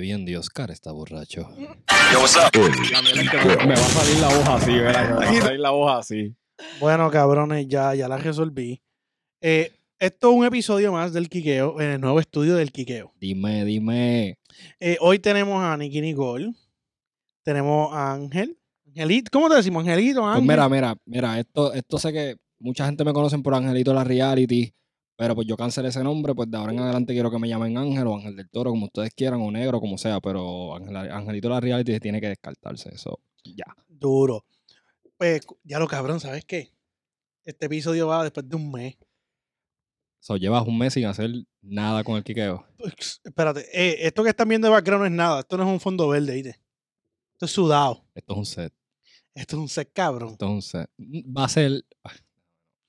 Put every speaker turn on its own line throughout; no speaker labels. Bien, Dios, Oscar está borracho.
Me va a salir la hoja así, ¿verdad? Me va a salir la hoja así.
Bueno, cabrones, ya, ya la resolví. Eh, esto es un episodio más del Quiqueo, en el nuevo estudio del Quiqueo.
Dime, dime.
Eh, hoy tenemos a Nicky Nicole, tenemos a Ángel. Angelito, ¿cómo te decimos? Angelito,
Pues
Ángel.
mira, mira, mira, esto, esto sé que mucha gente me conocen por Angelito la Reality, pero pues yo cancelé ese nombre, pues de ahora en adelante quiero que me llamen Ángel o Ángel del Toro, como ustedes quieran, o negro, como sea, pero Ángel- Angelito la Reality tiene que descartarse, eso. Ya.
Duro. Pues, ya lo cabrón, ¿sabes qué? Este episodio va después de un mes.
So, llevas un mes sin hacer nada con el quiqueo.
Ups, Espérate, eh, esto que están viendo de background no es nada. Esto no es un fondo verde, ¿viste? Esto es sudado.
Esto es un set,
Esto es un set cabrón.
esto es un set. Va a ser... ah,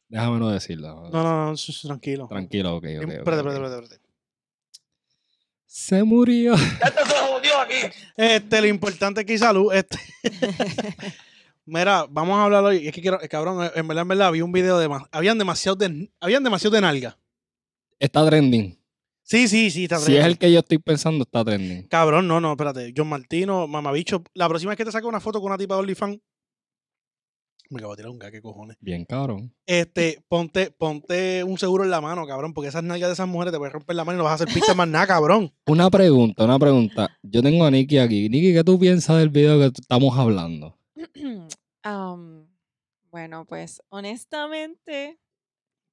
Déjame no decirlo.
No, no, no, sh- sh- tranquilo.
Tranquilo, ok, ok.
Espérate,
ok,
espérate,
ok.
espérate, espérate.
Se murió.
Este, lo importante es que hay salud. Este. Mira, vamos a hablar hoy. Es que quiero, eh, cabrón, eh, en verdad, en verdad, vi un video de más. Habían demasiado de, habían demasiado de nalga.
Está trending.
Sí, sí, sí, está
Si es
tremendo.
el que yo estoy pensando, está trending.
Cabrón, no, no, espérate. John Martino, mamabicho. La próxima vez que te saque una foto con una tipa de OnlyFans. Me acabo de tirar un gaque, cojones.
Bien, cabrón.
Este, ponte, ponte un seguro en la mano, cabrón, porque esas nalgas de esas mujeres te pueden romper la mano y no vas a hacer pista más nada, cabrón.
Una pregunta, una pregunta. Yo tengo a Nicky aquí. Nicky, ¿qué tú piensas del video que t- estamos hablando?
Am, bueno, pues honestamente,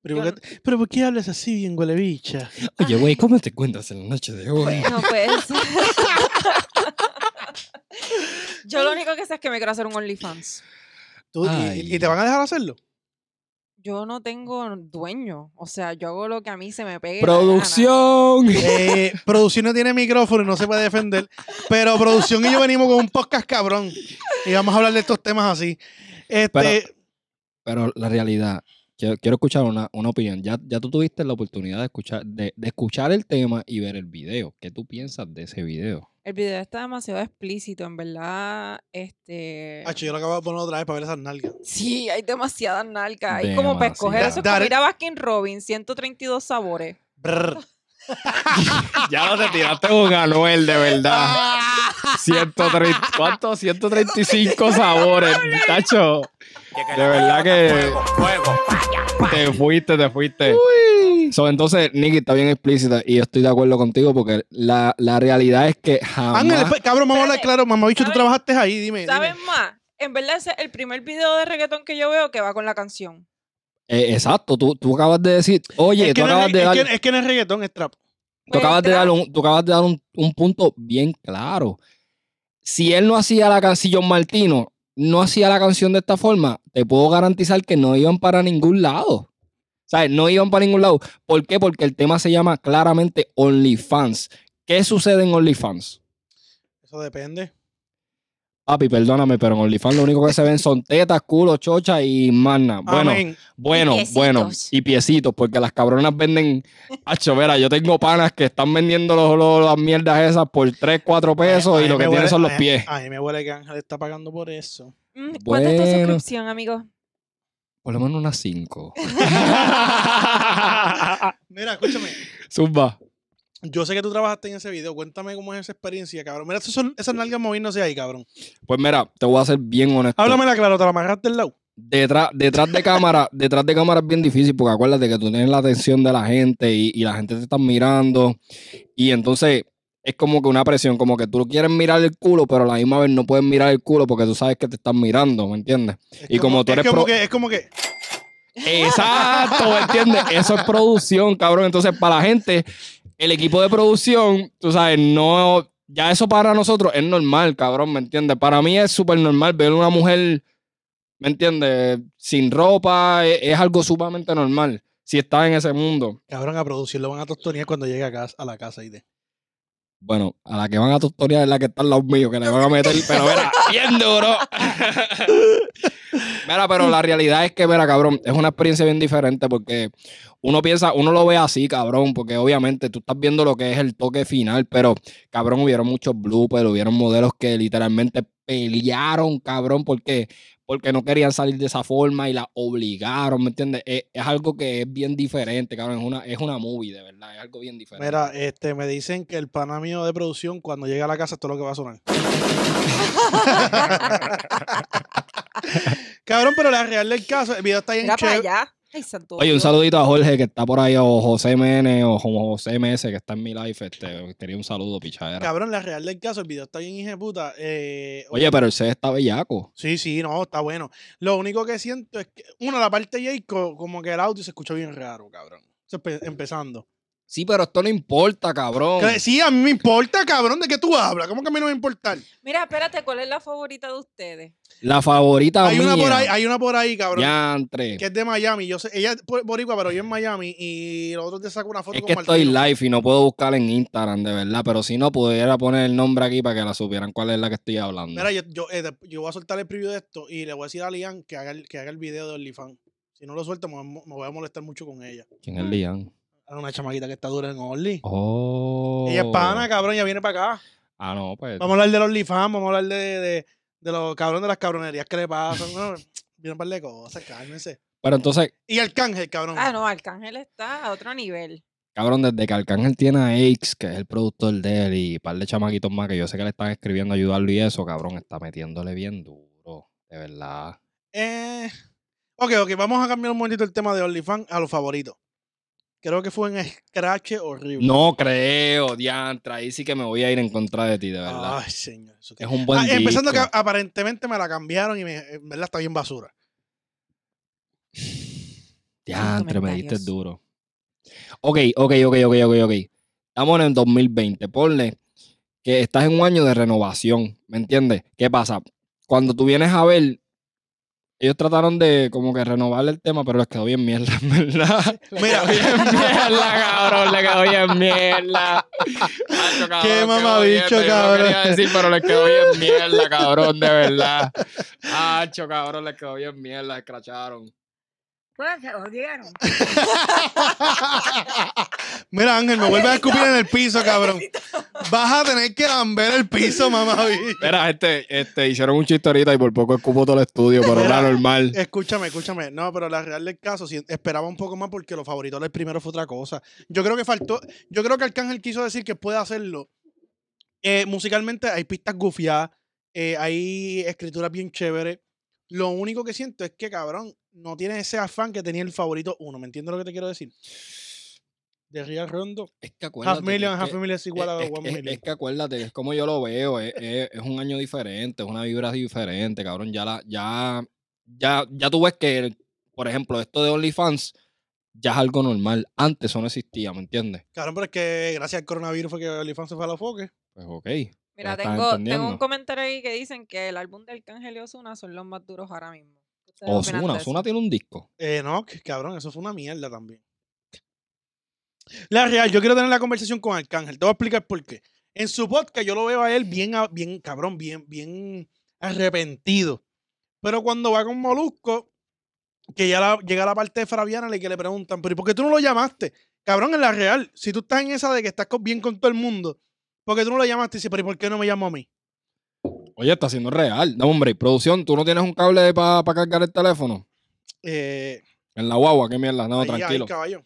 Pero,
Yo
¿por qué- pero ¿por qué hablas así, bien golebicha?
Oye, güey, ¿cómo te encuentras en la noche de hoy?
no puede ser. Yo lo único que sé es que me quiero hacer un OnlyFans.
Tú- y- y,
Ay.
y te van a dejar hacerlo?
Yo no tengo dueño, o sea, yo hago lo que a mí se me pegue. la gana.
¡Producción!
Eh, producción no tiene micrófono y no se puede defender, pero producción y yo venimos con un podcast cabrón y vamos a hablar de estos temas así. Este,
Pero- Pero la realidad, quiero, quiero escuchar una, una opinión. Ya, ya tú tuviste la oportunidad de escuchar, de, de escuchar el tema y ver el video. ¿Qué tú piensas de ese video?
El video está demasiado explícito, en verdad. Este.
Acho, yo lo acabo de poner otra vez para ver esas nalgas.
Sí, hay demasiadas nalgas. Hay como para escoger. Eso es
Demasiadas.
como ir a Baskin Robin, 132 sabores.
Brr.
Ya lo tiraste con Anuel, de verdad.
Ah,
130, ¿Cuánto? 135 sabores, tacho. De verdad que te fuiste, te fuiste. So, entonces, Nicky está bien explícita y yo estoy de acuerdo contigo porque la, la realidad es que jamás...
Ángel, espe- cabrón, vamos a hablar
Espérate.
claro, mamá bicho, tú
¿Saben-
trabajaste ahí, dime. dime.
¿Saben más? En verdad, ese es el primer video de reggaetón que yo veo que va con la canción.
Eh, exacto, tú, tú acabas de decir, oye,
es, que
tú,
no
acabas
es,
de
es
dar,
que- es que no es reggaetón, es trap.
tú acabas de
Pues,
dar,
tra-
un, tú acabas de dar un, un punto bien claro. Si él no hacía la canción, John Martino no hacía la canción de esta forma, te puedo garantizar que no iban para ningún lado. ¿Sabes? No iban para ningún lado. ¿Por qué? Porque el tema se llama claramente OnlyFans. ¿Qué sucede en OnlyFans?
Eso depende.
Papi, perdóname, pero en OnlyFans lo único que se ven son tetas, culo, chocha y mana. Bueno,
Amén.
bueno,
Y piecitos.
bueno. Y piecitos, porque las cabronas venden. Acho, vera, yo tengo panas que están vendiendo los, los- las mierdas esas por 3, 4 pesos
A
pues
mí
y lo
me
que
huele-
tienen son los
a mí-
pies.
A mí me huele que Ángel está pagando por eso.
Mm, ¿Cuánto es tu
Bueno.
suscripción, amigo?
Por lo menos unas 5.
Mira, escúchame.
Zumba.
Yo sé que tú trabajaste en ese video. Cuéntame cómo es esa experiencia, cabrón. Mira, esas son- esas nalgas moviéndose ahí, cabrón.
Pues mira, te voy a ser bien honesto.
Háblamela claro, te la amarraste del lado.
Detrás, detrás de cámara, detrás de cámara es bien difícil porque acuérdate que tú tienes la atención de la gente y, y la gente te está mirando. Y entonces es como que una presión, como que tú quieres mirar el culo, pero a la misma vez no puedes mirar el culo porque tú sabes que te están mirando, ¿me entiendes?
Es
Y como tú
es
eres
como
pro-
que, es como que.
Exacto, ¿me entiendes? Eso es producción, cabrón. Entonces, para la gente, el equipo de producción, tú sabes, no. Ya eso para nosotros es normal, cabrón, ¿me entiendes? Para mí es súper normal ver una mujer, ¿me entiendes? Sin ropa, e- es, algo sumamente normal si estás en ese mundo.
Cabrón, a producir lo van a tostonear cuando llegue a, casa, a la casa y de.
Bueno, a la que van a tutorial es la que están los míos, que le van a meter, pero mira, bien duro. Mira, pero la realidad es que, mira, cabrón, es una experiencia bien diferente porque uno piensa, uno lo ve así, cabrón, porque obviamente tú estás viendo lo que es el toque final, pero, cabrón, hubieron muchos bloopers, hubieron modelos que literalmente pelearon, cabrón, porque porque no querían salir de esa forma y la obligaron, ¿me entiendes? Es, es algo que es bien diferente, cabrón. Es una, es una movie, de verdad. Es algo bien diferente.
Mira, este, me dicen que el pana mío de producción, cuando llega a la casa, esto es lo que va a sonar. Cabrón, pero la real del caso, el video está bien
Mira para
chévere.
allá. Ay, santo
Oye, un
Dios.
saludito a Jorge que está por ahí, o José Mene, o como José MS que está en mi life. Este, tenía un saludo, pichadera.
Cabrón, la real del caso, el video está bien hijeputa. Eh,
Oye, pero el C está bellaco.
Sí, sí, no, está bueno. Lo único que siento es que, uno, la parte de Jayco, como que el audio se escucha bien raro, cabrón. Eso empe- Empezando.
Sí, pero esto no importa, cabrón.
Que- Sí, a mí me importa, cabrón, de qué tú hablas. ¿Cómo que a mí no me va a importar?
Mira, espérate, ¿cuál es la favorita de ustedes?
La favorita
Hay
mía.
una por ahí, hay una por ahí, cabrón.
Yantre.
Que es de Miami. Yo sé, ella es por- boricua, pero yo en Miami. Y los otros te saco una foto
Es
con
que estoy
Martino.
live y no puedo buscar en Instagram, de verdad. Pero si no, pudiera poner el nombre aquí para que la supieran cuál es la que estoy hablando.
Mira, yo, yo, eh, de- yo voy a soltar el preview de esto y le voy a decir a Lian que haga el, que haga el video de OnlyFans. Si no lo suelto, me, voy a- me voy a molestar mucho con ella.
¿Quién es Lian?
Es una chamaquita que está dura en Only.
Oh.
Ella es pana, cabrón, ya viene para acá.
Ah, no, pues.
Vamos a hablar de los OnlyFans, vamos a hablar de, de, de los cabrones de las cabronerías que le pasan. ¿no? Viene un par de cosas, cálmense.
Pero entonces,
Y Arcángel, cabrón.
Ah, no, Arcángel está a otro nivel.
cabrón, desde que Arcángel tiene a Aix, que es el productor de él, y un par de chamaquitos más que yo sé que le están escribiendo a ayudarlo y eso, cabrón, está metiéndole bien duro. De verdad.
Eh, ok, ok, vamos a cambiar un momentito el tema de OnlyFans a los favoritos. Creo que fue un scratch horrible.
No creo, Diantra. Ahí sí que me voy a ir en contra de ti, de verdad.
Ay, señor. eso que-
es un buen
Ah, empezando que
disco.
aparentemente me la cambiaron y me, eh, en verdad está bien basura.
Diantre, me diste
comentarios.
duro. Ok, ok, ok, ok, ok, ok. Estamos en el 2020. Ponle que estás en un año de renovación, ¿me entiendes? ¿Qué pasa? Cuando tú vienes a ver, ellos trataron de como que renovar el tema, pero les quedó bien mierda, en ¿verdad?
Mira,
mierda, cabrón, le quedó bien mierda. Macho, cabrón,
Qué
quedó
mamabicho,
bien, yo no
cabrón.
quería decir, pero le quedó bien mierda, cabrón, de verdad. Hacho, cabrón, le quedó bien mierda, escracharon.
Pues se jodieron.
mira, Ángel, me vuelve a escupir en el piso, cabrón. Vas a tener que lamber el piso, mamá.
Mira, este, este, hicieron un chiste ahorita y por poco escupo todo el estudio, pero
Mira.
era normal.
Escúchame, escúchame. No, pero la real del caso, sí, esperaba un poco más porque los favoritos del primero fue otra cosa. Yo creo que faltó. Yo creo que Arcángel quiso decir que puede hacerlo. Eh, musicalmente hay pistas gufiadas, eh, hay escrituras bien chéveres. Lo único que siento es que, cabrón, no tiene ese afán que tenía el favorito uno. ¿Me entiendes lo que te quiero decir? De Real Rondo.
Es que
Half million,
que-
half million es igual a
Eh, es,
one
es-
million.
es que acuérdate, es como yo lo veo, es, es- es un año diferente, es una vibra diferente, cabrón. Ya la, ya, ya, ya tú ves que, el- por ejemplo, esto de OnlyFans ya es algo normal. Antes eso no existía, ¿me entiendes?
Cabrón, pero es que gracias al coronavirus fue que OnlyFans se fue a los foques.
Pues ok.
Mira,
estás
tengo, tengo
entendiendo.
un comentario ahí que dicen que el álbum de Arcángel y Ozuna son los más duros ahora mismo. ¿Qué ustedes opinan
Oh, Osuna,
de eso?
Osuna tiene un disco.
Eh, no, que- cabrón, eso fue una mierda también. La real, yo quiero tener la conversación con Arcángel. Te voy a explicar por qué. En su podcast yo lo veo a él bien, a- bien cabrón, bien, bien arrepentido. Pero cuando va con Molusco, que ya la- llega la parte de Fabiana y que le preguntan, pero ¿y por qué tú no lo llamaste? Cabrón, en la real, si tú estás en esa de que estás con- bien con todo el mundo, ¿por qué tú no lo llamaste? Y dice, pero ¿y por qué no me llamó a mí?
Oye, está siendo real. No, hombre, producción, ¿tú no tienes un cable para cargar el teléfono?
Eh,
En la guagua, qué mierda. No,
ahí- ahí,
tranquilo.
caballo.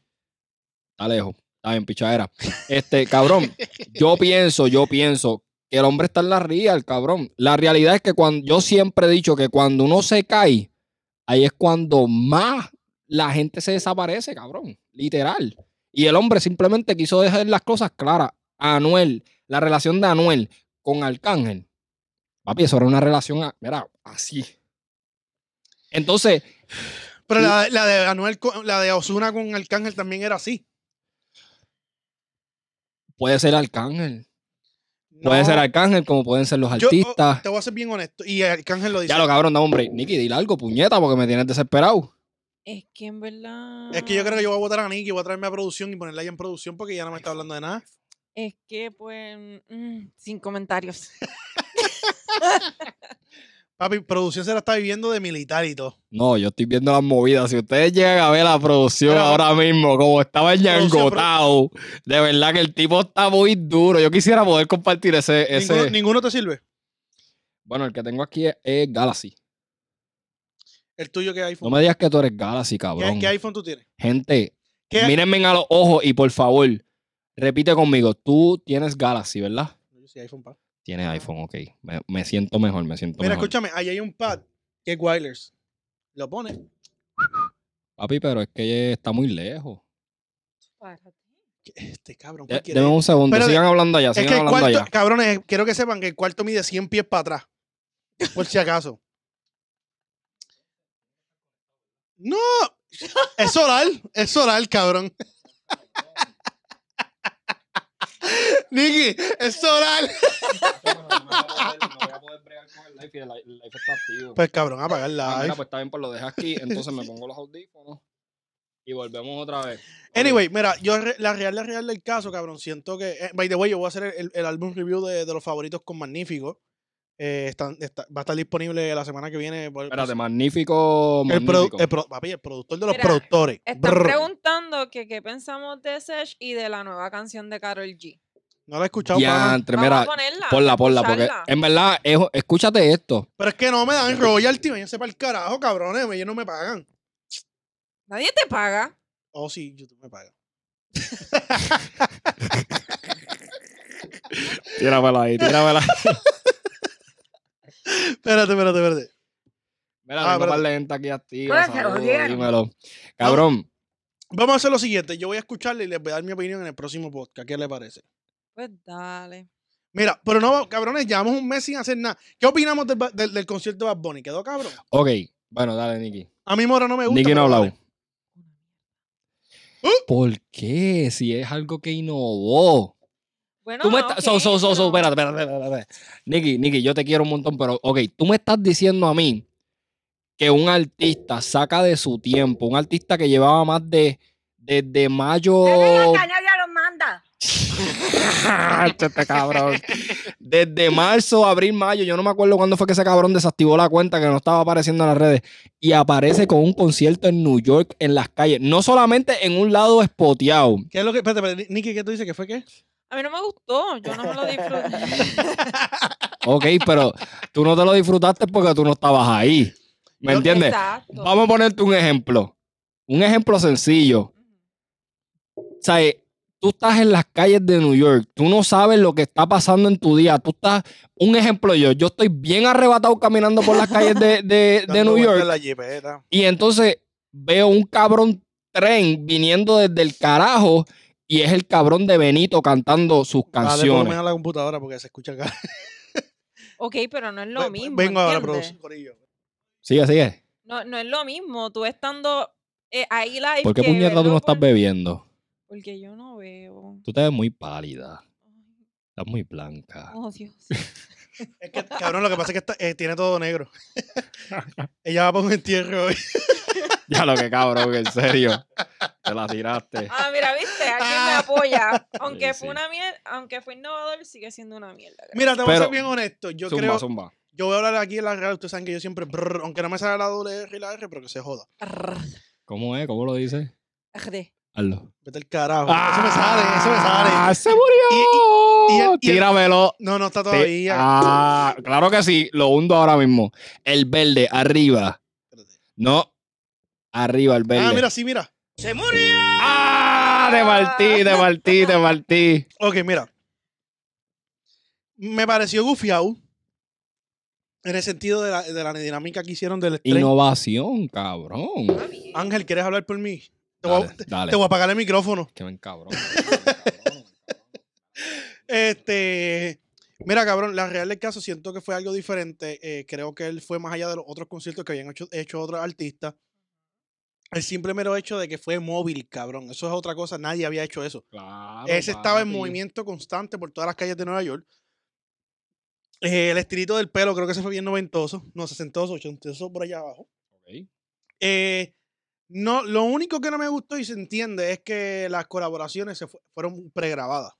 Está lejos. Está bien, pichadera. Este, cabrón, yo pienso, yo pienso que el hombre está en la real, cabrón. La realidad es que cuando yo siempre he dicho que cuando uno se cae, ahí es cuando más la gente se desaparece, cabrón. Literal. Y el hombre simplemente quiso dejar las cosas claras. Anuel, la relación de Anuel con Arcángel. Papi, eso era una relación, a- mira, así. Entonces,
Pero la, la de Anuel, con- la de Osuna con Arcángel también era así.
puede ser Arcángel. Puede ser
No.
Arcángel, como pueden ser los
Yo, oh,
artistas.
te voy a ser bien honesto. Y Arcángel lo dice.
Ya lo cabrón, no, hombre. Nicky, dile algo, puñeta, porque me tienes desesperado.
Es que en verdad.
Es que yo creo que yo voy a votar a Nicky, voy a traerme a producción y ponerla ahí en producción porque ya no me está hablando de nada.
Es que, pues. mm, sin comentarios.
Papi, producción se la está viviendo de militar y todo.
No, yo estoy viendo las movidas. Si ustedes llegan a ver la producción
Pero-
ahora mismo, como estaba
Producción, pro-
ñangotado, de verdad que el tipo está muy duro. Yo quisiera poder compartir ese. ese...
Ninguno, ninguno te sirve.
Bueno, el que tengo aquí es, es Galaxy.
El tuyo, ¿qué
No
iPhone?
me digas que tú eres Galaxy,
¿Qué-
cabrón.
¿Qué iPhone tú tienes?
Gente,
¿Qué-
mírenme a los ojos y por favor, repite conmigo. Tú tienes Galaxy, ¿verdad?
Yo soy iPhone, pa.
Tienes iPhone, ok. Me, me siento mejor, me siento
Mira,
mejor.
escúchame, ahí hay un pad que es wireless. Lo pones.
Papi, pero es que está muy lejos.
¿Qué- Este cabrón,
De-
¿cuál quiere?
Deme un segundo,
Pero de-
sigan hablando allá,
Es
sigan
que el
hablando
cuarto,
allá.
cabrones, quiero que sepan que el cuarto mide 100 pies para atrás. Por si acaso. No, es solar, es solar, cabrón. Nicky, es solar. Pues cabrón, apagar
Ah,
la
mira,
live.
pues está bien, pues lo dejas aquí. Entonces me pongo los audífonos y volvemos otra vez. Ok.
Anyway, mira, yo re- la real, la real del caso, cabrón, siento que. eh, by the way, yo voy a hacer el, el- el álbum review de, de los favoritos con Magnífico. Eh, están- está- va a estar disponible la semana que viene. por-
Espérate, magnífico,
el, pro-
magnífico.
el pro- papi, el productor de los
Mira,
productores.
Están
Brr.
preguntando que qué pensamos de Sesh y de la nueva canción de Carol G.
No la he escuchado, pana.
Diantre,
Vamos a
mira,
ponerla.
ponla, ponla, porque
escucharla.
en verdad, es- escúchate esto.
Pero es que no me dan royalty, váyanse para el carajo, cabrones. Ellos no me pagan.
Nadie te paga.
Oh, sí, YouTube me paga.
Tíramela ahí, tíramela.
Espérate, espérate, espérate.
Mira,
Ah,
tengo
espérate.
par de gente aquí activa.
Pues, se
saludos,
jodieron.
Dímelo. Cabrón,
Vamos a hacer lo siguiente. Yo voy a escucharle y les voy a dar mi opinión en el próximo podcast. ¿Qué le parece?
Pues dale.
Mira, pero no, cabrones, llevamos un mes sin hacer nada. ¿Qué opinamos del, ba- del- del concierto de Bad Bunny? ¿Quedó cabrón?
ok. Bueno, dale, Nicky.
A mí Mora no me gusta.
Nicky no ha
pero
hablado.
dale.
¿Por qué? Si es algo que innovó.
Bueno,
Tú me
no,
estás. So,
ok,
so, so, so,
pero-
espérate, espérate, espérate, espérate. Nicky, Nicky, yo te quiero un montón, pero, ok, tú me estás diciendo a mí que un artista saca de su tiempo, un artista que llevaba más de. Desde mayo.
Nadie nadie los manda.
este cabrón. Desde marzo, abril, mayo, yo no me acuerdo cuándo fue que ese cabrón desactivó la cuenta que no estaba apareciendo en las redes y aparece con un concierto en New York en las calles, no solamente en un lado espoteado.
¿Qué es lo que.? Espérate, espérate. Nicky, ¿qué tú dices? ¿Qué fue qué?
A mí no me gustó. Yo no me lo disfruté.
Ok, pero tú no te lo disfrutaste porque tú no estabas ahí. ¿Me
Yo-
entiendes?
Exacto.
Vamos a ponerte un ejemplo. Un ejemplo sencillo. O sea, eh, tú estás en las calles de New York, tú no sabes lo que está pasando en tu día. Tú estás, un ejemplo yo, yo estoy bien arrebatado caminando por las calles de, de- de
Dando
New
vueltas en
York
La jipeta.
y entonces veo un cabrón tren viniendo desde el carajo y es el cabrón de Benito cantando sus
Dale por lo menos
canciones.
a la computadora porque se escucha acá.
Ok, pero no es lo
Ve-
mismo.
Vengo ahora,
¿entiendes?
producción, corillo.
Sigue, sigue.
No, no es lo mismo. Tú estando eh, ahí live.
¿Por qué
que
puñeta tú
verlo
no estás
por-
bebiendo?
Porque yo no veo.
Tú te ves muy pálida,
Ay,
estás muy blanca.
Oh, Dios.
Es que, cabrón, lo que pasa es que está- eh, tiene todo negro. Ella va para un entierro hoy.
Ya lo que cabrón, en serio. Te la tiraste.
Ah, mira, viste, alguien me apoya. Aunque
sí.
fue una mierda, aunque fue innovador, sigue siendo una mierda. creo.
Mira, te voy a
Pero-
ser bien honesto. Yo
zumba,
creo.
zumba.
Yo voy a hablar aquí en la real. Ustedes saben que yo siempre. brr, aunque no me salga la doble R y la R, pero que se joda.
Arr,
¿Cómo es? ¿Cómo lo dice?
arde.
Hazlo.
Vete al carajo.
Ah.
Eso me sale, eso me sale.
¡Se murió!
Y- y- y el- y el-
Tíramelo.
No, no está
Ah. Te-
todavía.
Ah, claro que sí. Lo hundo ahora mismo. El verde, arriba.
Espérate.
No. Arriba, el verde.
Ah, mira, sí, mira.
Se murió.
¡Ah! Te partí, te partí, te partí.
Ok, mira. Me pareció gufiado. En el sentido de la, de la dinámica que hicieron del estrés.
Innovación, cabrón.
Ángel, ¿quieres hablar por mí? Te voy, a-
Dale, dale.
te voy a apagar el micrófono.
Que ven, cabrón.
Este. Mira, cabrón, la real del caso siento que fue algo diferente. eh, creo que él fue más allá de los otros conciertos que habían hecho, hecho otros artistas. El simple mero hecho de que fue móvil, cabrón. Eso es otra cosa. Nadie había hecho eso.
Claro,
Ese estaba en
Ah, papi.
movimiento constante por todas las calles de Nueva York. Eh, el estilito del pelo creo que se fue bien noventoso. No, sesentoso, ochentoso por allá abajo.
Ok.
Eh, no, lo único que no me gustó y se entiende es que las colaboraciones se fu- fueron pregrabadas.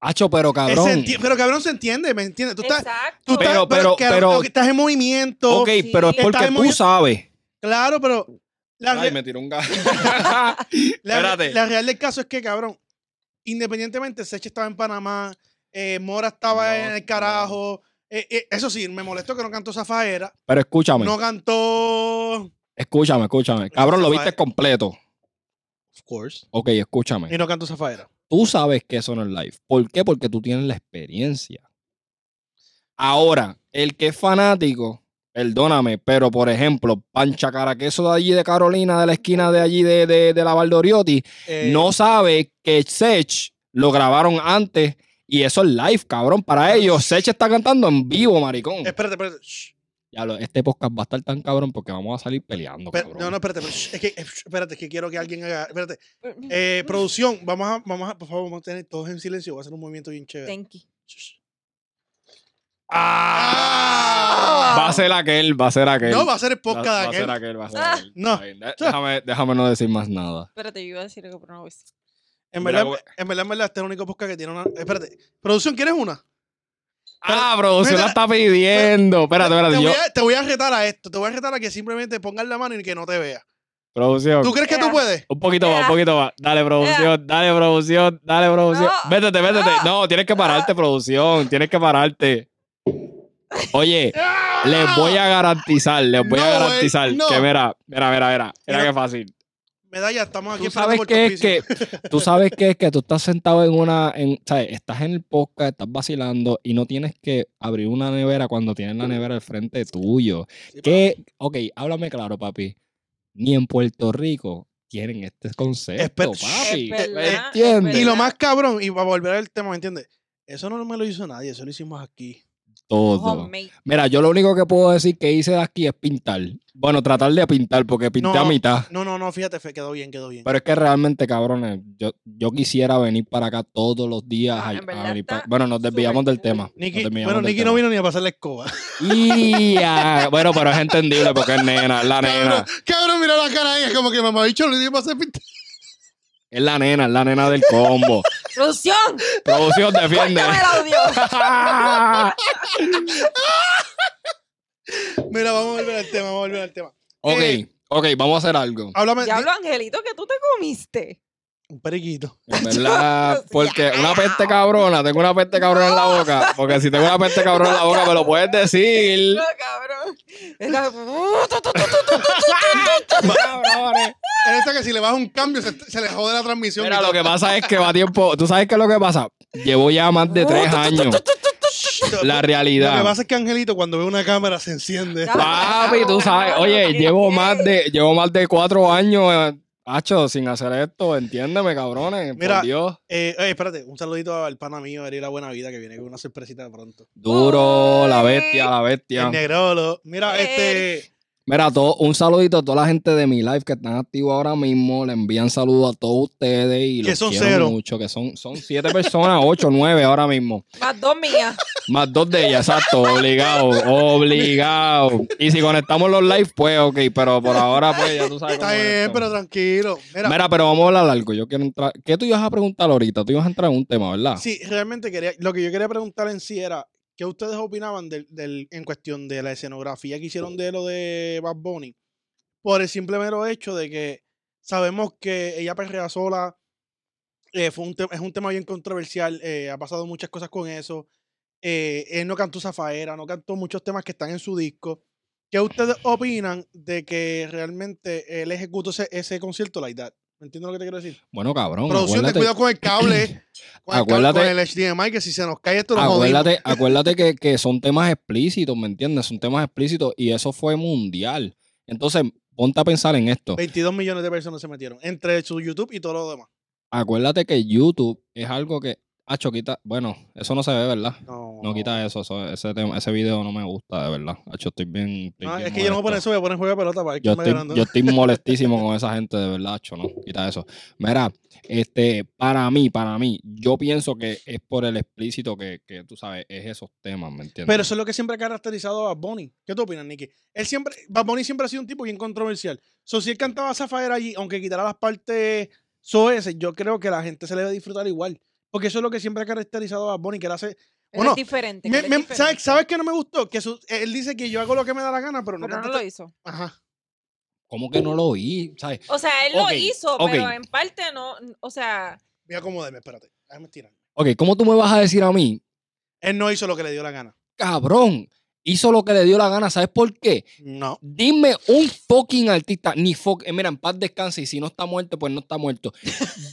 Hacho, pero
Eh, se
cabrón.
enti- pero cabrón se entiende, ¿me entiendes? Tú estás,
Exacto.
tú estás,
Pero- pero-
cabrón,
pero-
que estás en movimiento.
Ok, pero es porque
Sí.
Estás en
tú
movimiento.
sabes.
Claro, pero la, re-
tiró un gato.
la-
espérate.
la real del caso es que, cabrón, independientemente, Seche estaba en Panamá, eh, Mora estaba
No,
en el carajo, Eh, eh, eso sí, me molestó que no cantó Zafaera.
Pero escúchame,
No cantó. Of
escúchame, escúchame. Cabrón, lo viste
Zafaera.
completo.
course.
Ok, escúchame.
Y no cantó Zafaera.
Tú sabes que eso no es live. ¿Por qué? Porque tú tienes la experiencia. Ahora, el que es fanático, perdóname, pero por ejemplo, Pancha Caraqueso de allí de Carolina, de la esquina de allí de, de, de la Valdoriotti,
Eh,
no sabe que Sech lo grabaron antes y eso es live, cabrón. Para ellos, Sech está cantando en vivo, maricón.
Espérate, espérate. shh,
Ya lo- este podcast va a estar tan cabrón porque vamos a salir peleando,
espera-
cabrón.
no, no, espérate. espérate, shh, es que, eh, shh, espérate, es que quiero que alguien haga. Espérate. Eh, producción, vamos a, vamos a, por favor, vamos a tener todos en silencio. Voy a hacer un movimiento bien chévere.
Thank you.
Shh.
Va a ser aquel, va a ser aquel.
No, va a ser el podcast
Va-
de
va a ser
aquel.
aquel, va a ser
Ah.
aquel.
No,
Está bien, de- Déjame, déjame no decir más nada.
Espérate, yo iba a decir algo, pero no lo voy a decir.
en
Mira,
verdad,
como-
en verdad, en verdad, este es el único podcast que tiene una. Espérate. Producción, ¿quieres una?
ah, producción
mira,
la está pidiendo. espérate,
Te
espérate.
voy,
Yo,
a, te voy a retar a esto. Te voy a retar a que simplemente pongas la mano y que no te vea.
Producción.
¿Tú crees que tú
Ea.
puedes?
Un poquito más, un
Ea.
poquito más. Dale, producción, dale, producción, dale, producción.
No.
Vétete, vétete. No, tienes que pararte, producción. Tienes que pararte. Oye, les voy a garantizar, les voy
Ah. No,
a
güey,
garantizar
no.
que mira, mira, mira, mira. Mira
Mira,
qué fácil.
Medalla, estamos aquí
Tú
esperando
sabes
por tu
que es
auspicio.
que tú sabes que es que tú estás sentado en una en, sabes, estás en el podcast, estás vacilando y no tienes que abrir una nevera cuando tienes la nevera al frente tuyo.
Sí,
Que ok, háblame claro, papi. Ni en Puerto Rico tienen este concepto,
Espe-
papi.
Es verdad,
¿Me
es
entiendes?
verdad.
Y lo más cabrón, y para volver al tema, ¿me entiendes? Eso no me lo hizo nadie, eso lo hicimos aquí.
Todo.
Homemade.
Mira, yo lo único que puedo decir que hice de aquí es pintar. Bueno, tratar de pintar porque pinté
No.
a mitad.
No, no, no, fíjate, fe, quedó bien, quedó bien.
Pero es que realmente, cabrones, yo, yo quisiera venir para acá todos los días.
Ah,
No,
a-
en
a
verdad
venir
está
pa- bueno, nos desviamos
súper
del tema. nos
Nicky,
desviamos
bueno,
del
Nicky
tema.
no vino ni a pasar la escoba.
Y, ah, bueno, pero es entendible porque es nena, es la nena.
Cabrón, cabrón, mira la cara ahí, es como que mamá bicho le dio para hacer pintar.
Es la nena, es la nena del combo.
¡Producción!
Producción
Pues
defiende.
¡Dame el audio!
Mira, vamos a volver al tema, vamos a volver al tema.
ok,
Eh.
ok, vamos a hacer algo.
Háblame
Diablo,
de
Angelito, que tú te comiste.
un periquito.
En verdad,
pues
porque una peste cabrona, tengo una peste cabrona en la boca. Porque si tengo una peste cabrona en la boca, me lo puedes decir.
No, cabrón. Es la-
Cabrones.
En esta que si le baja un cambio se, se le jode la transmisión.
Mira, lo que pasa es que va tiempo. ¿Tú sabes qué es lo que pasa? Llevo ya más de tres años. La
Lo que
realidad.
pasa es que Angelito cuando ve una cámara se enciende.
Ya.
Papi, tú sabes. Oye, llevo más de, llevo más de cuatro años, eh, hacho, sin hacer esto. Entiéndeme, cabrones.
Mira.
por Dios.
Eh, eh, espérate, un saludito al pana mío, Ariel La Buena Vida, que viene con una sorpresita pronto.
Duro, la bestia, la
El
bestia.
negrolo. Mira,
Eh.
este.
Mira, todo, un saludito a toda la gente de mi live que están activos ahora mismo. Le envían saludos a todos ustedes y
Que
los
son
quiero
cero.
mucho, que son, son siete personas, ocho, nueve ahora mismo.
Más dos mías.
Más dos de ellas, exacto, obligado, obligado. Y si conectamos los live, pues ok, pero por ahora, pues ya tú sabes.
Está
cómo es
bien,
esto.
pero tranquilo. Mira,
Mira, pero vamos a hablar algo. Yo quiero entrar. ¿Qué tú ibas a preguntar ahorita? Tú ibas a entrar en un tema, ¿verdad?
sí, realmente quería. Lo que yo quería preguntar en sí era: ¿qué ustedes opinaban del, del- en cuestión de la escenografía que hicieron de lo de Bad Bunny? Por el simple mero hecho de que sabemos que ella perrea sola. eh, fue un te- es un tema bien controversial. eh, ha pasado muchas cosas con eso. eh, él no cantó Zafaera, no cantó muchos temas que están en su disco. ¿Qué ustedes opinan de que realmente él ejecutó ese, ese concierto like that? ¿Me entiendes lo que te quiero decir?
Bueno, cabrón.
Producción, ten
acuérdate,
cuidado con el cable. Con el, cable,
Acuérdate-
con el HDMI, que si se nos cae esto, nos jodimos.
acuérdate, acuérdate que, que son temas explícitos, ¿me entiendes? Son temas explícitos y eso fue mundial. Entonces, ponte a pensar en esto.
22 millones de personas se metieron entre su YouTube y todo lo demás.
Acuérdate que YouTube es algo que. Ah, quita. Bueno, eso no se ve, ¿verdad?
No,
No quita eso, eso- ese, tema- ese video no me gusta, de verdad. Hacho, estoy bien. estoy
No,
bien
Ah, es que yo no voy a poner
molesto.
eso, voy a poner juego de pelota para
Yo
ver quién va
estoy,
ganando.
yo estoy molestísimo con esa gente, de verdad, hacho, no. Quita eso. Mira, este, para mí, para mí, yo pienso que es por el explícito que, que tú sabes, es esos temas, ¿me entiendes?
Pero eso es lo que siempre ha caracterizado a Bad Bunny. ¿Qué tú opinas, Nicky? Él siempre, Bad Bunny siempre ha sido un tipo bien controversial. So, si él cantaba Zafaera allí, aunque quitara las partes soeces, yo creo que la gente se le va a disfrutar igual. Porque eso es lo que siempre ha caracterizado a Bad Bunny, que él hace...
Él
Bueno,
es diferente.
Me-
él es
me-
diferente.
¿sabes, ¿Sabes qué no me gustó? Que su- él dice que yo hago lo que me da la gana, pero no,
Pero no
canta-
lo hizo.
Ajá.
¿Cómo que no lo oí? ¿Sabes?
O sea, él
Ok,
lo hizo,
ok.
pero en parte no. O sea,
Voy a acomodarme, espérate. Déjame estirar.
Ok, ¿cómo tú me vas a decir a mí?
Él no hizo lo que le dio la gana.
cabrón hizo lo que le dio la gana. ¿Sabes por qué?
No.
Dime un fucking artista, ni fuck, eh, mira, en paz descanse y si no está muerto, pues no está muerto.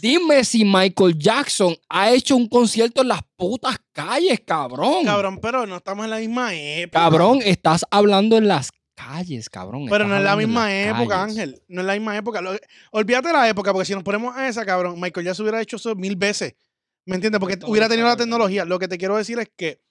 Dime si Michael Jackson ha hecho un concierto en las putas calles, cabrón. Cabrón,
Cabrón, pero no estamos en la misma época.
estás hablando en las calles, cabrón.
Pero
estás
no es la
hablando en
misma
las
época,
calles.
Ángel. No es la misma época. Lo- Olvídate de la época, porque si nos ponemos a esa, cabrón, Michael ya se hubiera hecho eso mil veces. ¿Me entiendes? Porque
Correcto,
hubiera
correcto,
tenido la
correcto.
tecnología. Pues Lo que te quiero decir es que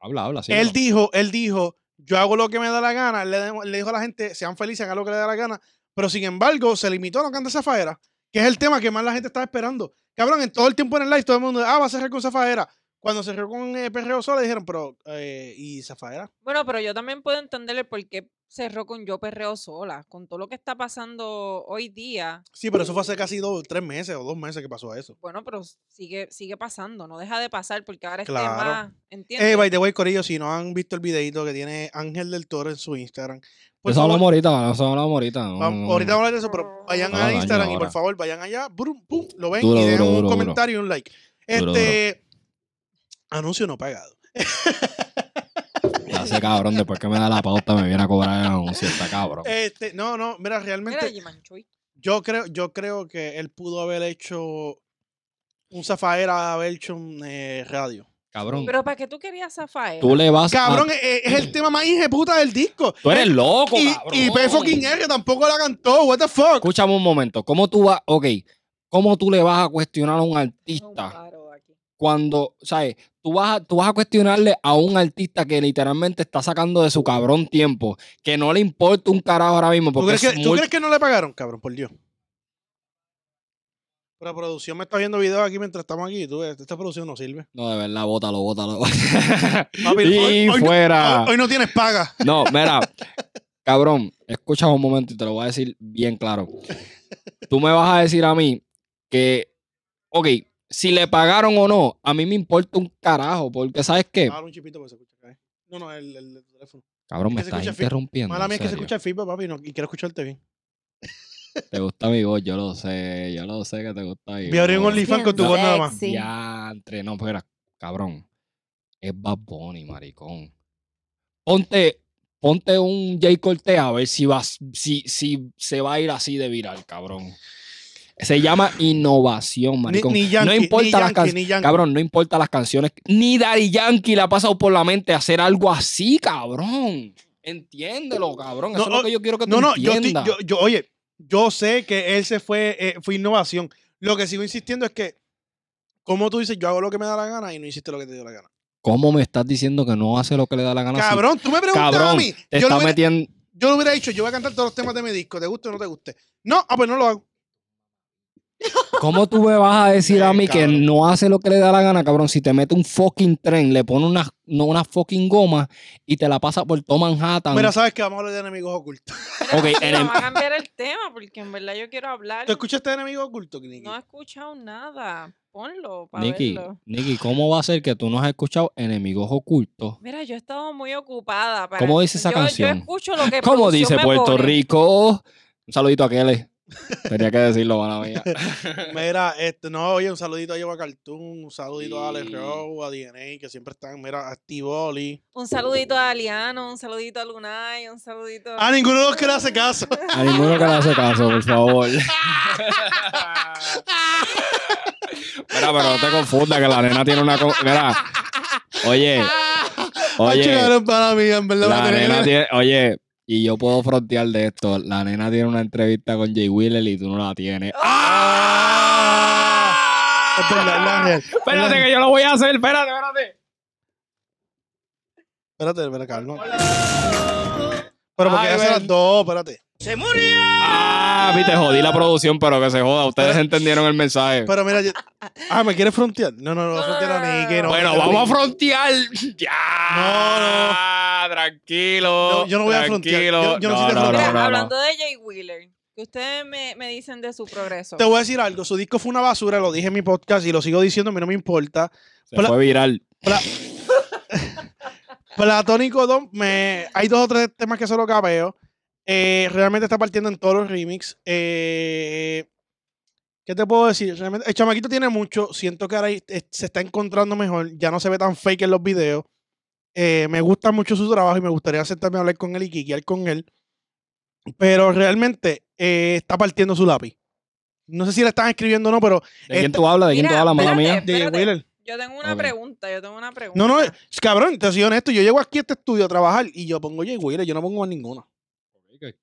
Habla, habla. sí,
él
habla.
dijo, él dijo, yo hago lo que me da la gana. Le, demo- le dijo a la gente, sean felices, hagan lo que le da la gana. Pero sin embargo, se limitó a no cantar Zafaera, que es el tema que más la gente está esperando. Cabrón, en todo el tiempo en el live, todo el mundo, ah, va a cerrar con Zafaera. Cuando cerró con eh, Perreo Sola, dijeron, pero, eh, ¿y Zafaera?
Bueno, pero yo también puedo entender el por qué cerró con Yo Perreo Sola. Con todo lo que está pasando hoy día,
Sí, pero eso fue hace casi dos, tres meses o dos meses que pasó eso.
bueno, pero sigue, sigue pasando, no deja de pasar porque ahora este
Claro.
más, ¿entiendes?
Eh, by the way, Corillo, si no han visto el videito que tiene Ángel del Toro en su Instagram, por
Eso
favor,
hablamos ahorita, eso hablamos ahorita. no,
vam-
no, no.
ahorita vamos a hablar de eso, pero vayan
No,
a
daño
Instagram y por
Mm. ahora.
favor vayan allá, brum, pum, lo ven
Duro,
y
duro,
dejan un
duro, duro.
comentario y un like. Este
Duro,
anuncio no pagado.
Ya sé, cabrón, después que me da la pauta me viene a cobrar el anuncio, está cabrón.
Este, no, no, mira,
Mira,
realmente
Yimanchuy.
yo creo, yo creo que él pudo haber hecho un Zafaera version eh, radio.
Cabrón,
Pero ¿para qué tú querías Zafaera?
tú le vas
Cabrón,
a...
eh, eh, es, el tema más puta del disco.
Ah,
Eh,
Tú eres loco,
Y,
cabrón.
y P fucking R tampoco la cantó, what the fuck.
Escúchame un momento, ¿cómo tú vas... Ok, ¿cómo tú le vas a cuestionar a un
Es un
artista
paro aquí.
cuando, sabes, tú vas, a, tú vas a cuestionarle a un artista que literalmente está sacando de su cabrón tiempo, que no le importa un carajo ahora mismo
¿Tú
porque
crees,
es
que, tú
muy-
crees que no le pagaron, cabrón? Por Dios. Pero producción me está viendo videos aquí mientras estamos aquí. Tú, ves, esta producción no sirve.
No, de verdad, bótalo, bótalo.
Papi,
y
hoy- hoy no-
fuera.
Hoy, hoy no tienes paga.
No, mira, cabrón, escucha un momento y te lo voy a decir bien claro. Tú me vas a decir a mí que, ok, si le pagaron o no, a mí me importa un carajo, porque ¿sabes qué?
Ahora un chipito porque se escucha acá, ¿eh? No, no, el, el- el teléfono.
Cabrón, me
es que se
estás
escucha fi-
interrumpiendo.
Mala
en
mía es que se
serio.
escucha el feedback, papi, no- y quiero escucharte bien.
Te gusta mi voz, yo lo sé, yo lo sé que te gusta mi
Voy a abrir un
voz.
OnlyFans con tu voz nada más.
Sí.
Ya, entre, no, espera, cabrón. Es Bad Bunny, maricón. Ponte, ponte un J. Cortez a ver si, vas, si, si se va a ir así de viral, cabrón. Se llama innovación,
Ni,
maricón.
ni Yankee,
no
ni
importa las
Yankee,
canciones.
ni Yankee.
Cabrón, no importa las canciones. Ni Daddy Yankee le ha pasado por la mente hacer algo así, cabrón. Entiéndelo, cabrón. Eso
No,
es lo
no,
que yo quiero que tú
No, no, yo, estoy-
entiendas.
yo, yo- oye, yo sé que él se fue, eh, fue innovación. Lo que sigo insistiendo es que, como tú dices, yo hago lo que me da la gana y no hiciste lo que te dio la gana.
¿Cómo me estás diciendo que no hace lo que le da la gana? Si-
Cabrón, tú me preguntas a
cabrón,
mí.
te
Yo
está
lo hubiera-
metiendo.
yo lo hubiera dicho, yo voy a cantar todos los temas de mi disco, te guste o no te guste. No, ah, pues no lo hago.
¿Cómo tú me vas a decir a
Sí,
mí que
cabrón.
no hace lo que le da la gana, cabrón? Si te mete un fucking tren, le pone una, no, una fucking goma y te la pasa por todo Manhattan.
Mira, sabes que vamos a hablar de enemigos ocultos.
ok,
Mira,
enem-
vamos a cambiar el tema porque en verdad yo quiero hablar.
¿Tú escuchaste de enemigos ocultos, Nicky?
No he escuchado nada. Ponlo para
Nicky,
verlo.
Nicky, ¿cómo va a ser que tú no has escuchado enemigos ocultos?
Mira, yo he estado muy ocupada. para-
¿Cómo dice esa
yo-
canción?
Yo escucho lo que
¿Cómo
producción
dice
me
Puerto
pone.
Rico? Un saludito a Kelly. Tenía que decirlo, mala mía.
Mira, este, no, oye, un saludito a Lleva Cartoon, un saludito a Alex
Sí.
Rowe, a DNA, que siempre están, mira, a Steve Oli.
Un saludito a Aliano, un saludito a Lunay, un saludito
A ninguno de los que le hace caso.
A ninguno que le hace caso, por favor. Mira, pero no te confundas que la nena tiene una... co- Mira. Oye.
Ay,
Oye.
chicaron para mí, en verdad.
La
me tenía que-
nena tiene, oye, y yo puedo frontear de esto. La nena tiene una entrevista con Jay Wheeler y tú no la tienes.
¡Ah! Es verdad, es la real.
Espérate que yo lo voy a hacer, espérate, espérate.
Espérate, espérate, Carlos. Pero porque
Ay,
hace
ven.
las dos, espérate.
¡Se murió!
Ah, viste, jodí la producción, pero que se joda. Ustedes entendieron el mensaje.
Pero mira, yo- ah, ¿me quieres frontear? No, no, no,
No, no,
frontear
no,
a
no,
Nicky.
no.
No,
bueno,
frontear
vamos a
Nicky.
frontear. Ya.
No,
Tranquilo.
No, yo no voy a frontear.
tranquilo.
Yo- yo no soy de
no,
frontear.
Mira,
no, no, no.
hablando de Jay Wheeler, que ustedes me, me dicen de su progreso.
Te voy a decir algo. Su disco fue una basura, lo dije en mi podcast y lo sigo diciendo, a mí no me importa.
Se fue viral.
Platónico 2, me, hay dos o tres temas que solo cabeo. Eh, realmente está partiendo en todos los remix. Eh, ¿Qué te puedo decir? Realmente, el chamaquito tiene mucho. Siento que ahora eh, se está encontrando mejor. Ya no se ve tan fake en los videos. Eh, me gusta mucho su trabajo y me gustaría sentarme a hablar con él y quiquear con él. Pero realmente eh, está partiendo su lápiz. No sé si le están escribiendo o no, pero.
¿De
eh,
quién
Esta-
tú hablas? ¿De quién tú
este, Mira,
hablas, mala
espérate,
mía?
De
espérate.
Wheeler.
Yo tengo una
Ok.
pregunta, yo tengo una pregunta.
No, no, es- cabrón, te soy honesto. Yo llego aquí a este estudio a trabajar y yo pongo Jay Wheeler, yo no pongo más ninguna.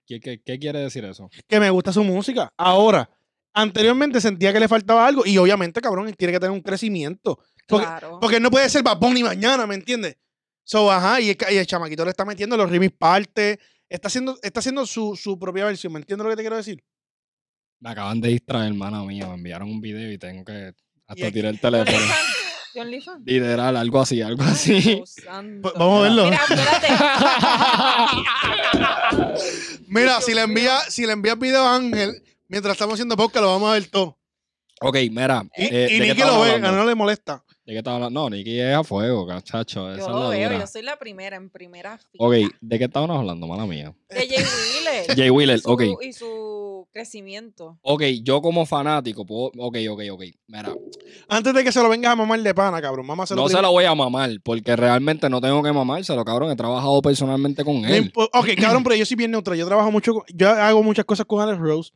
¿Qué, qué, qué quiere decir eso?
que me gusta su música. Ahora, anteriormente sentía que le faltaba algo y obviamente, cabrón, él tiene que tener un crecimiento. Porque,
Claro.
porque él no puede ser Bad Bunny mañana, ¿me entiendes? So, ajá, y el, ca- y el chamaquito le está metiendo los remix parte, está haciendo, está haciendo su, su propia versión, ¿me entiendes lo que te quiero decir?
Me acaban de distraer, hermana mía. Me enviaron un video y tengo que hasta
aquí-
tirar el
¿De
teléfono.
OnlyFans? ¿De OnlyFans?
Literal, algo así, algo
Ay,
así.
Dios santo.
Ah, Pues, vamos a verlo.
Mira, espérate.
Mira,
Dios
si le
mío.
envía, si le envías video a Ángel, mientras estamos haciendo podcast, lo vamos a ver todo.
ok, mira.
Y,
eh, ¿de
y
qué
Nicky
estamos
lo ve,
hablando?
a no le molesta.
¿De qué estaba hablando? No, Nicky es a fuego, cachacho. Esa
Yo
es
lo
la
veo,
dura.
yo soy la primera, en primera fila.
Ok, ¿de qué estábamos hablando, mala mía?
De Jay Wheeler.
Jay Wheeler,
Su-
ok.
Y su crecimiento.
Ok, yo como fanático puedo... Ok, ok, ok. Mira,
Antes de que se lo vengas a mamar de pana, cabrón, mamá se lo
no se lo voy a mamar porque realmente no tengo que mamárselo, cabrón. He trabajado personalmente con
No
él.
impo- Ok, cabrón, pero yo soy bien neutral. Yo trabajo mucho, con- yo hago muchas cosas con Alex Rose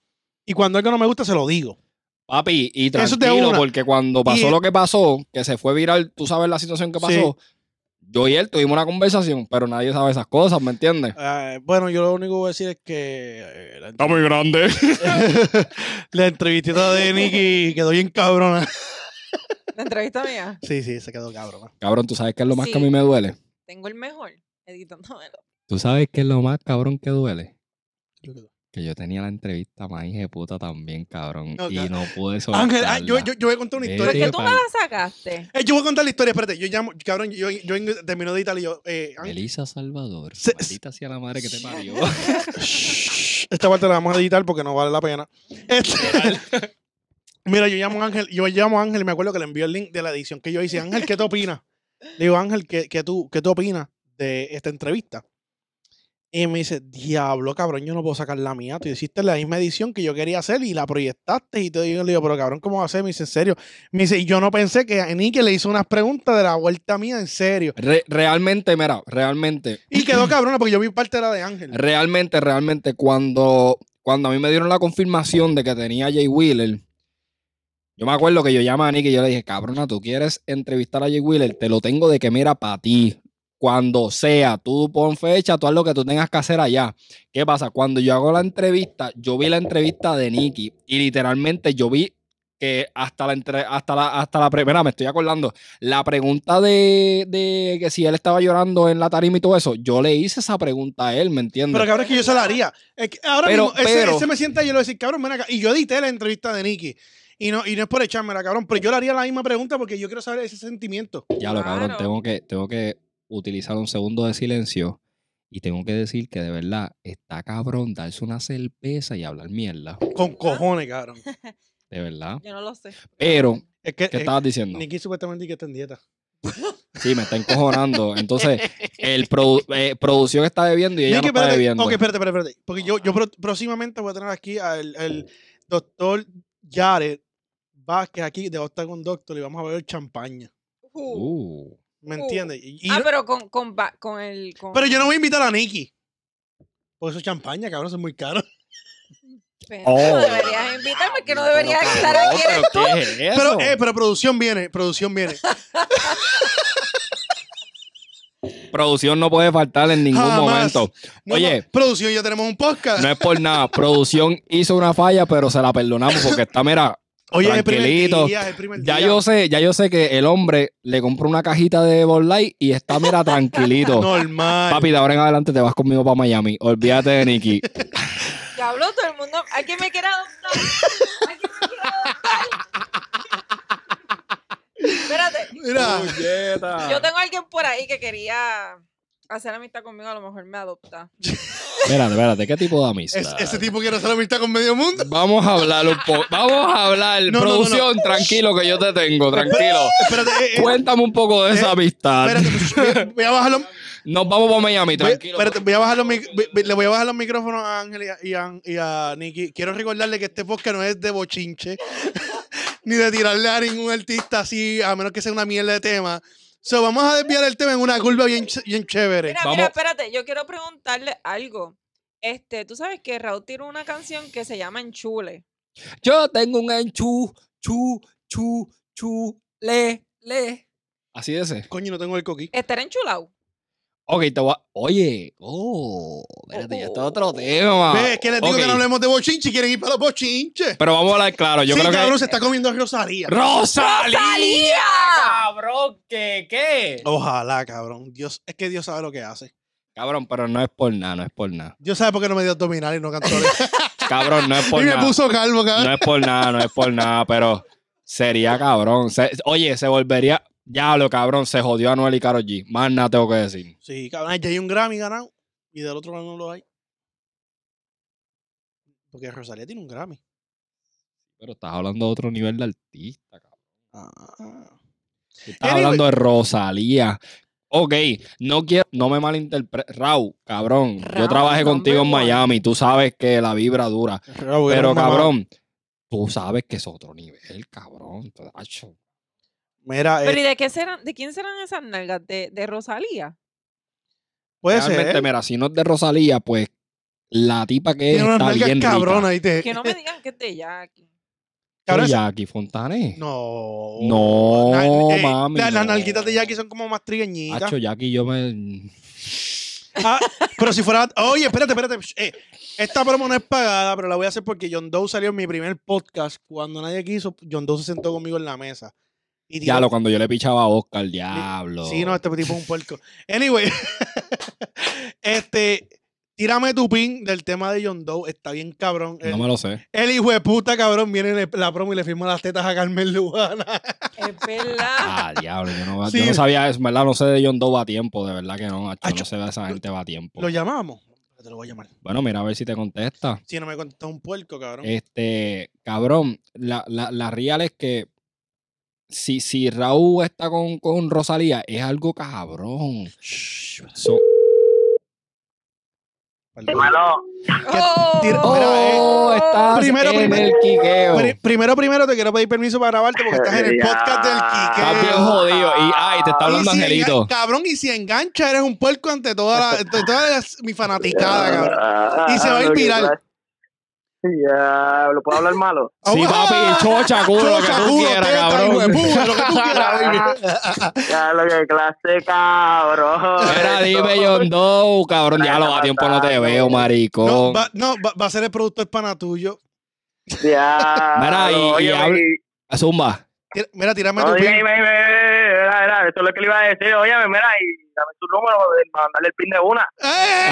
y cuando algo no me gusta se lo digo.
Papi, y
Eso es de
tranquilo,
una.
porque cuando pasó
Y-
lo que pasó, que se fue viral, tú sabes la situación que
Sí.
pasó. Yo y él tuvimos una conversación, pero nadie sabe esas cosas, ¿me entiendes?
Eh, bueno, yo lo único que voy a decir es que eh, la,
Está muy grande.
la entrevistita de Nicky quedó bien cabrona.
La entrevista mía.
Sí, sí, se quedó cabrona.
Cabrón, ¿tú sabes qué es lo más que a
Sí.
mí me duele?
Tengo el mejor editándomelo.
¿Tú sabes qué es lo más cabrón que duele?
Yo quedo-
Que yo tenía la entrevista más hija de puta también, cabrón.
No, ca-
y no pude soltarla.
Ángel, ah, yo, yo- yo voy a contar una
Vete
historia.
Porque tú
pa'l-
me la sacaste.
Eh, yo voy a contar la historia, espérate. Yo llamo, cabrón, yo, yo en- termino de editar y yo. Eh, Ángel,
Melissa Salvador.
Se-
maldita sea la madre que te parió.
Shh, Esta parte la vamos a editar porque no vale la pena. Este- Mira, yo llamo a Ángel, yo llamo a Ángel y me acuerdo que le envió el link de la edición que yo hice. Ángel, ¿qué te opinas? Le digo, Ángel, ¿qué, qué tú, ¿qué tú opinas de esta entrevista? Y me dice, diablo, cabrón, yo no puedo sacar la mía. Tú hiciste la misma edición que yo quería hacer y la proyectaste. Y te digo, le digo, pero cabrón, ¿cómo va a ser? Me dice, en serio. Me dice, y yo no pensé que a Nike le hizo unas preguntas de la vuelta mía, en serio.
Re- realmente, mira, realmente.
Y quedó cabrón porque yo vi parte de la de Ángel.
Realmente, realmente, cuando, cuando a mí me dieron la confirmación de que tenía a Jay Wheeler, yo me acuerdo que yo llamé a Nick y yo le dije, cabrona, tú quieres entrevistar a Jay Wheeler, te lo tengo de que mira para ti. Cuando sea, tú pon fecha, tú haz lo que tú tengas que hacer allá. ¿Qué pasa? Cuando yo hago la entrevista, yo vi la entrevista de Nicky y literalmente yo vi que hasta la, entre- hasta la, hasta la primera, me estoy acordando, la pregunta de, de que si él estaba llorando en la tarima y todo eso, yo le hice esa pregunta a él, ¿me entiendes?
Pero cabrón, es que yo se la haría. Es que ahora
Pero-
mismo, ese,
pero-
ese me sienta y yo le voy a decir, cabrón, ven acá. Y yo edité la entrevista de Nicky. Y no, y no es por echármela, cabrón. Pero yo le haría la misma pregunta porque yo quiero saber ese sentimiento.
Ya lo cabrón,
Claro.
tengo que, tengo que utilizar un segundo de silencio y tengo que decir que de verdad está cabrón darse una cerveza y hablar mierda.
Ah.
Con cojones, cabrón.
De verdad.
Yo no lo sé.
Pero,
Es que
¿qué
eh,
estabas diciendo?
Nicky supuestamente que está en dieta.
Sí, me está encojonando. Entonces, el produ- eh, producción está bebiendo y ella no
Nicky,
está
espérate.
bebiendo.
Ok, espérate, espérate, espérate. Porque yo, yo pro- próximamente voy a tener aquí al, al doctor Jared Vázquez aquí de Octagon Doctor y vamos a beber champaña.
Uh.
Uh,
¿Me
Uh.
entiendes? Y- y
ah,
no-
pero con, con, ba- con el. Con,
pero yo no voy a invitar a Nicky. Porque eso es champaña, cabrón, eso es muy caro.
Pero
Oh.
deberías invitarme, que no deberías
pero
estar
cabrón,
aquí.
pero ¿qué es eso?
Pero, eh, pero producción viene, producción viene.
producción no puede faltar en ningún
Jamás.
momento.
No,
Oye.
no, producción, ya tenemos un podcast.
No es por nada. producción hizo una falla, pero se la perdonamos porque está, mira,
Oye, es el primer
tranquilito.
día, es el primer
Ya
día.
yo sé, ya yo sé que el hombre le compró una cajita de Bud Light y está, mira, tranquilito.
Normal.
Papi, de ahora en adelante te vas conmigo para Miami. Olvídate de Nicky.
Diablo, todo el mundo. Alguien me quiere adoptar. Alguien me quiere adoptar. Espérate.
Mira, Ah.
Yo tengo a alguien por ahí que quería hacer amistad conmigo, a lo mejor me adopta.
Espérate, espérate, ¿qué tipo de amistad?
es- ese tipo quiere hacer amistad con medio mundo.
Vamos a hablar un poco. Vamos a hablar.
No, no, no, no.
Producción, tranquilo que yo te tengo, tranquilo.
Espérate, eh, eh,
Cuéntame un poco de esa amistad.
espérate, pues, voy- voy a bajar los,
Nos vamos para Miami,
voy-
tranquilo.
espérate, voy a bajar los mic- voy- voy- le voy a bajar los micrófonos a Ángel y a, y a- y a Nicky. Quiero recordarle que este podcast no es de bochinche, ni de tirarle a ningún artista así, a menos que sea una mierda de tema. So, vamos a desviar el tema en una curva bien, ch- bien chévere.
Mira,
Vamos.
mira, espérate, yo quiero preguntarle algo. Este, tú sabes que Raúl tiene una canción que se llama Enchule.
Yo tengo un enchu, chu, chu, chu, le, le. Así de ese.
Coño, no tengo el coquí.
¿Estar enchulado?
Ok, te voy a... Oye, oh, espérate, ya está otro tema.
Ve, es que les digo que
Ah, Ok,
no hablemos de bochinche y quieren ir para los bochinches.
Pero vamos a hablar claro, yo
sí,
creo
cabrón,
que...
se está comiendo a Rosalía.
¡Rosalía!
¡Rosalía!
Cabrón, ¿qué, qué?
Ojalá, cabrón. Dios, es que Dios sabe lo que hace.
Cabrón, pero no es por nada, no es por nada.
Dios sabe por qué no me dio abdominal y no cantó.
Cabrón, no es
y
por
me
nada.
puso calvo, cabrón.
No es por nada, no es por nada, pero sería cabrón. Se- oye, se volvería. Ya lo cabrón, se jodió a Noel y Karol G. Más nada tengo que decir.
Sí, cabrón, ya hay un Grammy ganado y del otro lado no lo hay. Porque Rosalía tiene un Grammy.
Pero estás hablando de otro nivel de artista, cabrón.
Ah.
Tú Estás
Anyway.
hablando de Rosalía. Ok, no quiero, no me malinterpretes. Raúl, cabrón, yo
Raúl,
trabajé contigo en
number one.
Miami. Tú sabes que la vibra dura. Pero, cabrón, tú sabes que es otro nivel, cabrón. tacho.
Mira, eh,
¿Pero y de, qué serán, de quién serán esas nalgas? ¿De, de Rosalía?
puede
Realmente,
ser.
mira, si no es de Rosalía, pues la tipa que es
Tiene unas
está
nalgas
bien rica.
cabronas, ¿viste?
Que no me digan que es de Jackie.
Pero
Cabrón, esa-
Jackie Fontané.
No.
No,
Na- eh,
mami,
Las las
no.
nalguitas de Jackie son como más trigueñitas.
Hacho, Jackie, yo me.
Ah, pero si fuera. Oye, espérate, espérate. Sh, eh, esta promo no es pagada, pero la voy a hacer porque John Doe salió en mi primer podcast. Cuando nadie quiso, John Doe se sentó conmigo en la mesa. Y dijo-
Ya lo cuando yo le pichaba a Oscar, diablo.
Sí, no, este tipo es un puerco. Anyway, este. Tírame tu pin del tema de John Doe. Está bien cabrón.
No me lo sé.
El hijo de puta, cabrón, viene y le- la promo y le firma las tetas a Carmen Lujana.
Es verdad.
Ah, diablo, yo no, yo
Sí.
no sabía eso, en ¿verdad? No sé de John Doe a tiempo, de verdad que no, hacho,
Hacho,
no sé de esa gente va a tiempo.
Lo llamamos. Te lo voy a llamar.
Bueno, mira a ver si te contesta.
Si no me contestó un puerco, cabrón.
Este, cabrón, la, la, la real es que si, si Raúl está con, con Rosalía, es algo cabrón. So-
Perdón.
Oh.
tira- mira, eh,
oh, estás
Primero,
en
primero.
el quiqueo.
Pri- primero, primero te quiero pedir permiso para grabarte porque estás en el
Ya.
podcast del
Estás bien
Quique.
jodido. Y ay, te está hablando Angelito.
cabrón, y si engancha, eres un puerco ante toda, la, ante toda la- mi fanaticada, cabrón.
cabrón.
Y se va a ir viral.
Ya, ¿lo puedo hablar malo?
Sí,
Ah,
papi, chocha, culo, lo que
chocha,
tú
culo,
quieras,
teta,
cabrón.
hijo de puta, lo que tú quieras, baby.
Ya, lo que clase, cabrón.
Era, dime, John Doe, cabrón. Ya lo a tiempo no te veo,
No,
maricón.
va, no, va- va a ser el productor pana tuyo.
Ya.
Mira, y- y
oye,
habla-
y-
Zumba.
Tira- Mira, tírame tu
Oye,
pin.
y me- me- mira, mira, esto es lo que le iba a decir. Oye, mira, y dame tu número de- para mandarle el pin de una.
¡Eh!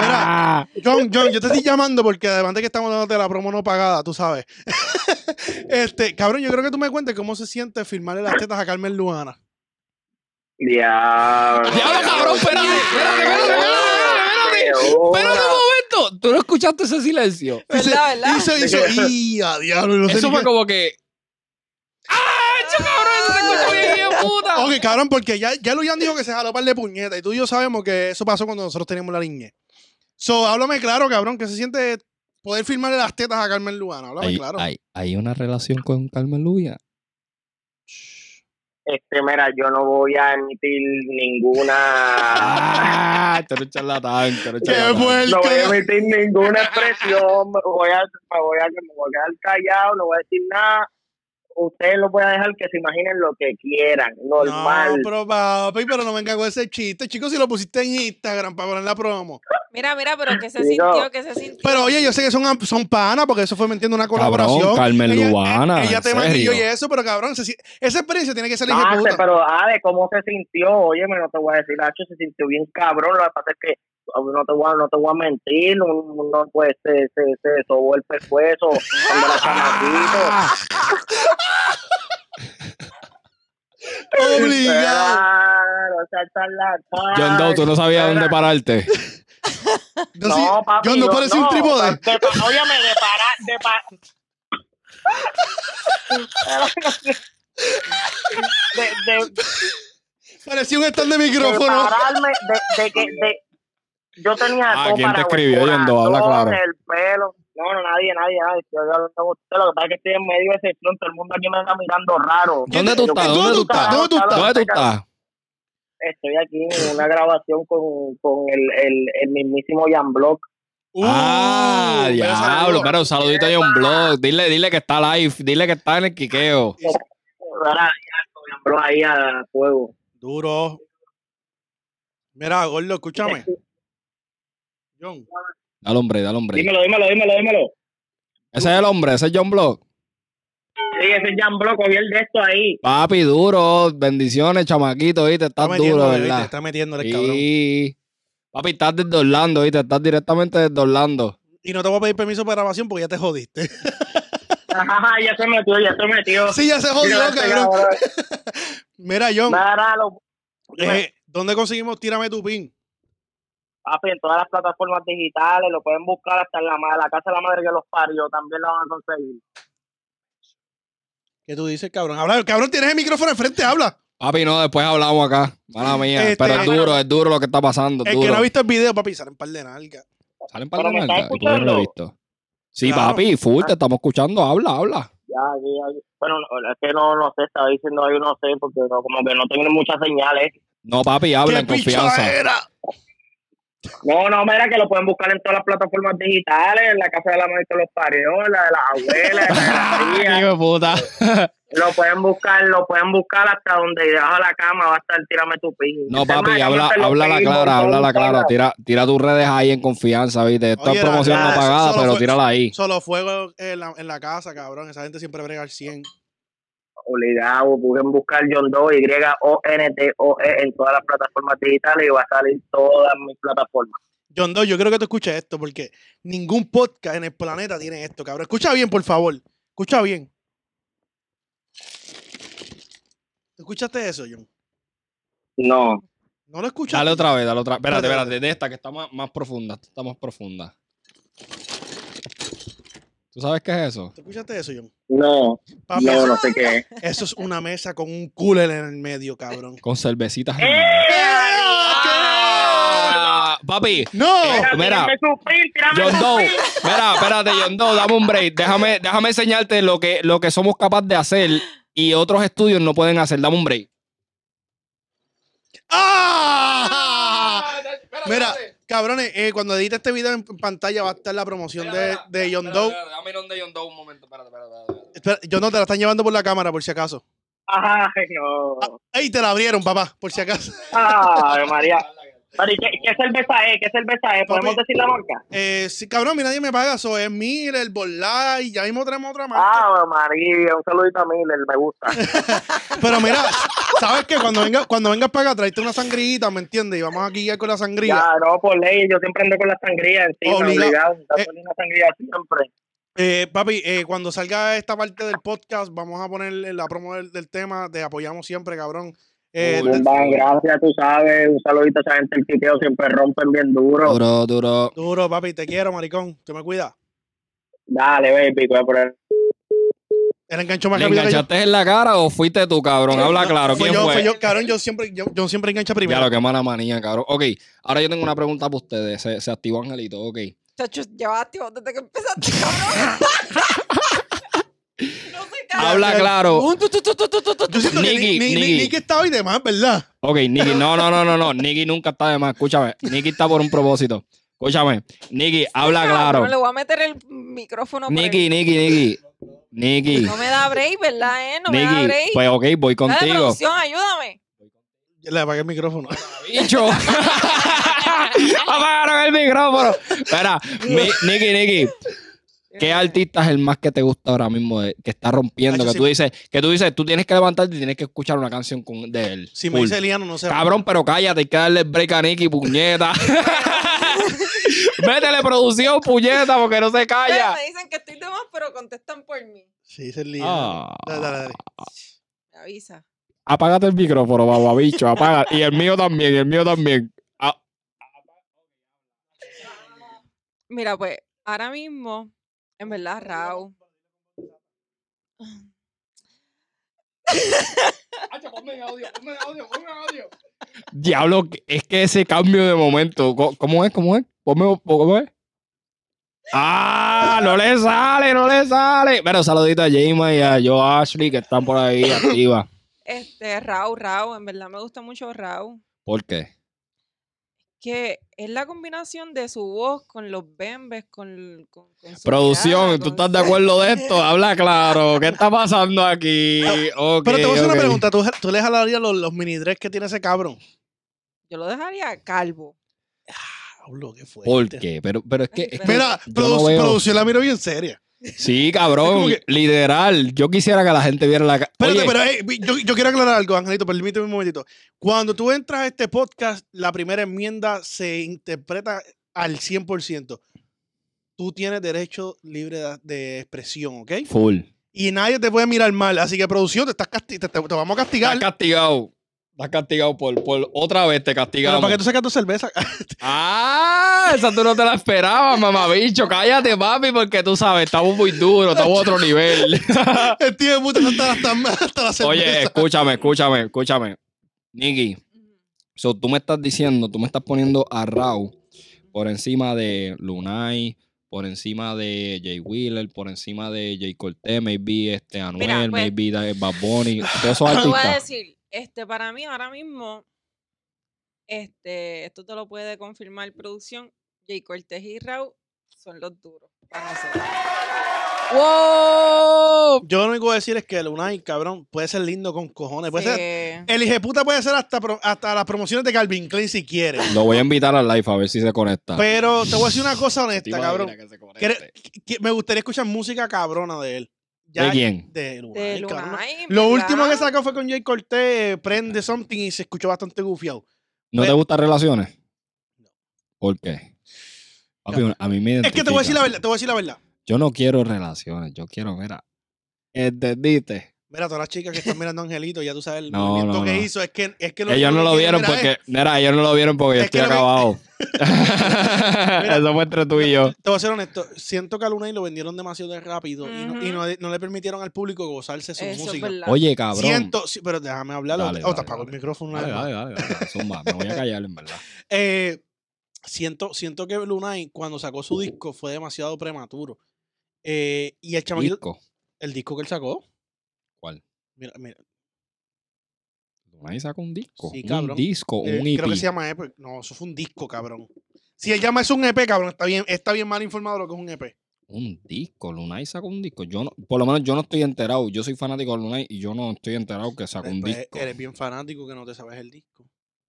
Mira, ¡Eh!
Ah.
John, John, yo te estoy llamando porque además de que estamos dándote la promo no pagada, tú sabes. este, cabrón, yo creo que tú me cuentes cómo se siente firmarle las tetas a Carmen Luana.
Diablo.
Diablo, cabrón, espérate, espérate, espérate, espérate, Pero un momento, tú no escuchaste ese silencio.
¿Verdad, verdad?
Hizo, hizo, y a diablo, no sé
Eso
ni
fue
qué-
como que. ¡Ah, hecho, cabrón! Eso se escuchó bien, hijo de puta.
Ok, cabrón, porque ya, ya Luyan dijo que se jaló par de puñetas y tú y yo sabemos que eso pasó cuando nosotros teníamos la niñez. So, háblame claro, cabrón, que se siente poder firmarle las tetas a Carmen Luana. Háblame
Hay,
claro.
hay- hay una relación con Carmen Luya.
Este, mira, yo no voy a emitir ninguna.
Ah, tú eres un charlatán, tú eres un
¡Qué
charlatán.
puerco!
No voy a emitir ninguna expresión, me voy a, me voy a, me voy a quedar callado, no voy a decir nada. Ustedes los voy a dejar que se imaginen lo que quieran,
No,
normal.
pero papi, pero no venga con ese chiste. Chicos, si lo pusiste en Instagram para poner la promo.
Mira, mira, pero que se
Digo-
sintió, que se sintió.
Pero oye, yo sé que son, am- son panas porque eso fue, me entiendo, una colaboración.
Cabrón, Carmen
Ella-
Luana.
Ella
¿en
te maquilló
serio?
y eso, pero cabrón, se si- esa experiencia tiene que ser hija de
Parce,
puta.
pero Ade, ¿cómo se sintió? Óyeme, no te voy a decir, Nacho, se sintió bien cabrón, lo que pasa es que ah, no te voy a, no te voy a mentir, no, no, pues se, se, se sobó el pescuezo cuando era chamaquito.
Obligado.
Claro, o sea, está la
John Doe, tú no sabías
Espera.
dónde pararte.
Yo sí- yo no
yo-
parecía un
no,
trípode.
pa- de pa- óyeme, de parar, de parar. De, de-
Parecía un stand de
de
micrófono.
pararme, de, de que de, yo tenía
Ah,
todo
¿quién te
para
escribió,
el
Yendo? Habla
corazón,
claro.
el pelo. No, no, nadie, nadie, nadie. Yo, yo, yo, usted, lo que pasa es que estoy en medio de sesión, todo el mundo aquí me está mirando raro.
¿Dónde tú estás? ¿Dónde tú estás?
Yo-
¿Dónde tú estás? ¿Dónde tú estás?
Estoy aquí en una grabación con, con el, el, el mismísimo Jan Block.
Ah,
Uh, pero
diablo,
Uh, saludo.
pero un saludito a John Blog. Dile, dile que está live, dile que está en el quiqueo.
Ahora, Jan Block ahí a fuego.
Duro. Mira, Gordo, escúchame. John,
Dale hombre, dale hombre.
Dímelo, dímelo, dímelo, dímelo.
Ese es el hombre, ese es John Blog.
Sí, ese Jan Block, cogí el de esto ahí.
Papi, duro, bendiciones, chamaquito, ¿viste?
está
Estás
metiendo,
duro,
¿viste?
¿verdad?
Está metiéndole, cabrón.
Sí. Papi, estás desde Orlando, ¿viste? Estás directamente desde Orlando.
Y no te voy a pedir permiso para grabación porque ya te jodiste.
Ajá, ya se metió, ya se metió.
sí, ya se jodió,
Mira, este
cabrón.
cabrón.
Mira, John,
Mira, lo-
eh, ¿dónde conseguimos Tírame tu pin?
Papi, en todas las plataformas digitales, lo pueden buscar hasta en la, ma- la casa de la madre que los parió, también la van a conseguir.
¿Qué tú dices, cabrón? Habla, cabrón, tienes el micrófono enfrente, habla.
Papi, no, después hablamos acá. Mala mía.
Este-
pero es duro, es duro lo que está pasando. Es
El que no
duro.
ha visto el video, papi, sale un par de nalgas.
Salen para
Pero
la
me estás
nalga y tú no lo
escuchando.
has visto. Sí,
Claro.
papi, full, te estamos escuchando. Habla, habla.
Ya, ya, ya. Bueno, no, es que no, no sé, estaba diciendo ahí, no sé, porque no, como que no tengo muchas señales.
No, papi, habla en
¡Qué picha
confianza.
era!
No, no, mira que lo pueden buscar en todas las plataformas digitales, en la casa de la madre que los parió, en la de las abuelas, en la de la tía.
Hijo de puta.
Lo pueden buscar, lo pueden buscar hasta donde debajo la cama, va a estar tírame tu pin.
No,
Ese
papi,
man,
habla,
ese lo
habla la
pedimos,
clara,
todo
habla la
un tema.
clara. Tira, tira tus redes ahí en confianza, viste. Esta
Oye, la-
promoción
la-
no pagada,
solo
pero
fue-
tírala ahí.
Solo fuego en la, en la casa, cabrón. Esa gente siempre brega al 100.
obligado, pueden buscar John Doe, Y-O-N-T-O-E en todas las plataformas digitales y va a salir todas mis plataformas.
John Doe, yo creo que tú escuches esto porque ningún podcast en el planeta tiene esto, cabrón. Escucha bien, por favor. Escucha bien. ¿Tú escuchaste eso, John?
No,
No lo escuchaste.
Dale otra vez, dale otra. Espérate,
Espérate,
espérate, de esta que está más, más profunda. Esta está más profunda. ¿Tú sabes qué es eso?
¿Tú escuchaste eso, John?
no,
Papi,
no,
eso,
no sé qué. es.
eso es una mesa con un cooler en el medio, cabrón.
Con cervecitas. ¡Ah, en mano.
¡Eh!
¡Eh! Ah, papi,
¡No!
Eh, mira.
Tírame su pin, tírame
John
su
Doe,
pin.
mira, espérate, John Doe, dame un break. Déjame, déjame enseñarte lo que, Eh, lo que somos capaces de hacer y otros estudios no pueden hacer. Dame un break.
¡Ah! Mira, cabrones, eh, cuando edite este video en en pantalla va a estar la promoción de, de John Doe.
Dame de John Doe un momento. Espérate, espérate.
Espera, John Doe te la están llevando por la cámara, por si acaso.
Ay, no.
¡Ey, te la abrieron, papá! Por si acaso.
Ay, María. Pero, ¿y ¿qué, qué cerveza es? ¿Qué cerveza es? ¿Podemos
Papi.
decir la marca?
Eh, sí, cabrón, mira, nadie me paga. Eso es Miller, Borla y ya mismo tenemos otra marca.
Ah, María, un saludito a Miller, me gusta.
Pero mira, ¿sabes qué? Cuando vengas cuando vengas para acá, tráete una sangrita, ¿me entiendes? Y vamos aquí ya con la sangría.
Ya, no, por ley, yo siempre ando con la sangría encima,
Obligado.
obligado.
Eh.
Dándole una sangría siempre.
Eh, papi, eh, cuando salga esta parte del podcast, vamos a poner la promo del, del tema. Te apoyamos siempre, cabrón. Eh,
Muy
te-
bien.
Bumban, gracias, tú sabes. Un saludito a esa gente, el quiqueo siempre rompen bien duro.
Duro, duro.
duro, papi, te quiero, maricón. Te me cuidas.
Dale, baby, voy a poner.
El engancho más
¿Le
rápido que yo.
enganchaste en la cara o fuiste tú, cabrón? Habla claro.
Fue
¿Quién
yo, fue
fue?
yo, cabrón, yo siempre, yo, yo siempre engancha
Ya
primero.
lo que mala manía, cabrón. Ok, ahora yo tengo una pregunta para ustedes. Se, se activó Angelito, ok.
Chacho, llevaste desde que empezaste, cabrón. no sé, cabrón.
Habla
ya.
claro.
Un tu, tu, tu, tu, tu, tu, tu.
Yo siento
Nicky,
que Ni- Ni- Ni-
Nicky.
Nicky está hoy de más, ¿verdad?
Ok, Nicky, no, no, no, no, no. Nicky nunca está de más. Escúchame, Nicky está por un propósito. Escúchame, Nicky, habla claro.
Cabrón, Le voy a meter el micrófono. por
Nicky, Nicky, Nicky. Nicky.
el- No me da break, ¿verdad? Eh? No me da
Nicky,
break.
pues ok, voy
Dale,
contigo.
producción, ayúdame.
Le apagué el micrófono.
Bicho. Apagaron el micrófono. Espera, mi- Nicky, Nicky, ¿qué artista es el más que te gusta ahora mismo de- que está rompiendo? Que
Hacho, sí.
tú dices, que tú dices, tú tienes que levantarte y tienes que escuchar una canción con, de él.
Si me
Full.
dice Eliano, no sé.
Cabrón, pero cállate, hay que darle break a Nicky, puñeta. Métele producción, puñeta, porque no se
Ustedes
calla.
Me dicen que estoy de más, pero contestan por mí.
Si dice Eliano.
Ah.
Dale, dale, dale.
Me avisa.
Apágate el micrófono, bababicho, apaga. Y el mío también, y el mío también. Ah,
Mira, pues, ahora mismo, en verdad, Raúl.
Diablo, es que ese cambio de momento. co- ¿Cómo es? ¿Cómo es? Ponme- ¿Cómo es? ¡Ah! Ah, no le sale, no le sale. Pero saludito a Jaima y a Joe Ashley que están por ahí activa.
Este, Raúl, Raúl, en verdad me gusta mucho Raúl.
¿Por qué?
Que es la combinación de su voz con los bembes, con, con- con su mirada,
Producción, ¿tú
con
estás de
su-
acuerdo de esto? Habla claro. ¿Qué está pasando aquí?
Pero te voy a
Ok,
hacer una
ok.
pregunta. ¿Tú, tú le jalarías los, los mini dreads que tiene ese cabrón?
Yo lo dejaría calvo.
Pablo, qué fuerte.
¿Por qué? Pero, pero es que. es que
Mira,
yo no
produ-
veo-
producción la miro bien seria.
Sí,
Es como
cabrón.
que-
Literal. Yo quisiera que la gente viera la. ca-
Espérate,
Oye,
pero hey, yo, yo quiero aclarar algo, Angelito, permíteme un momentito. Cuando tú entras a este podcast, la primera enmienda se interpreta al 100%. Tú tienes derecho libre de, de expresión, ¿ok?
Full.
Y nadie te puede mirar mal. Así que, producción, te, estás casti- te, te- te vamos a castigar.
Estás castigado. Estás castigado por, por otra vez te
Pero
castigamos.
¿para qué tú sacas tu cerveza?
Ah, esa tú no te la esperabas, mamabicho. Cállate, papi, porque tú sabes, estamos muy duros, estamos a otro nivel.
Tiene mucho hasta, hasta, hasta la cerveza.
Oye, escúchame, escúchame, escúchame. Nicky, so, tú me estás diciendo, tú me estás poniendo a Rau por encima de Lunay, por encima de Jay Wheeler, por encima de Jay Cortez, maybe este Anuel,
pues-
maybe da- Bad Bunny, todos esos
Te voy a
artistas.
decir, este, para mí ahora mismo, este, esto te lo puede confirmar producción, Jay Cortés y Raúl son los duros. para nosotros. ¡Wow!
Yo lo único que decir es que el Unai, cabrón, puede ser lindo con cojones. Puede ser,
Sí.
el hijeputa puede ser hasta, pro- hasta las promociones de Calvin Klein si quiere.
Lo voy a invitar al live a ver si se conecta.
Pero te voy a decir una cosa honesta,
Imagina
cabrón.
que se conecte.
Cre- que- Me gustaría escuchar música cabrona de él.
¿De quién?
De Lunay,
De
cabrón.
Lunay,
Lo
¿verdad?
último que sacó fue con Jay Cortez, eh, Prende Something, y se escuchó bastante gufiado.
¿No te
Pero-
gustan relaciones? ¿Por qué? Papi, a mí me
Es que te voy a decir
identifica.
la verdad, te voy a decir la verdad.
Yo no quiero relaciones, yo quiero, mira. ¿Entendiste?
Mira, todas las chicas que están mirando a Angelito, ya tú sabes el
No,
movimiento
no,
que
no.
hizo. Es que, es que
Ellos
único
no
que
lo
quieren,
vieron
mira, es-
porque. Mira, ellos no lo vieron porque yo
Es que
estoy
lo que-
acabado. Eso fue entre tú y yo.
Te voy a ser honesto, siento que a Lunay lo vendieron demasiado de rápido y, no, y
Ujú.
no le- no le permitieron al público gozarse su
Eso es
música.
verdad.
Oye, cabrón.
Siento, sí, pero déjame hablar.
Dale,
o te
dale,
apago el
dale.
micrófono. una
Dale,
vez más.
dale, dale, dale, zumba, me voy a callar, en verdad.
Eh, siento, siento que Lunay, cuando sacó
Uh.
su disco, fue demasiado prematuro. Eh, y el chamaquito,
Disco.
el disco que él sacó.
¿Cuál?
Mira, mira,
Ahí sacó un disco.
Sí,
un
cabrón.
disco,
eh,
un E EP.
creo que se llama EP. No, eso fue un disco, cabrón. Si él llama eso un EP, cabrón, está bien, está bien mal informado lo que es un E EP.
Un disco, Lunay sacó un disco. Yo no, por lo menos yo no estoy enterado. Yo soy fanático de Lunay y yo no estoy enterado que sacó un
Pues,
disco.
Eres bien fanático que no te sabes el disco.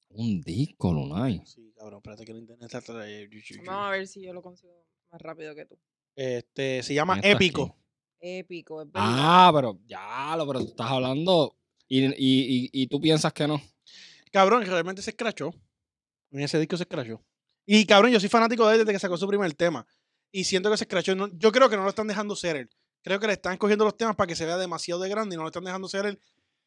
Un disco, Lunay.
Sí, cabrón, espérate que el internet está atrás. eh,
Vamos a ver si yo lo consigo más rápido que tú.
Este, se llama
¿Quién está
Épico.
aquí?
Épico, es verdad.
Ah, pero ya, lo, pero tú estás hablando y, y- y- y tú piensas que no.
Cabrón, realmente se escrachó. En ese disco se escrachó. Y cabrón, yo soy fanático de él desde que sacó su primer tema. Y siento que se escrachó. No- yo creo que no lo están dejando ser él. Creo que le están cogiendo los temas para que se vea demasiado de grande y no lo están dejando ser él.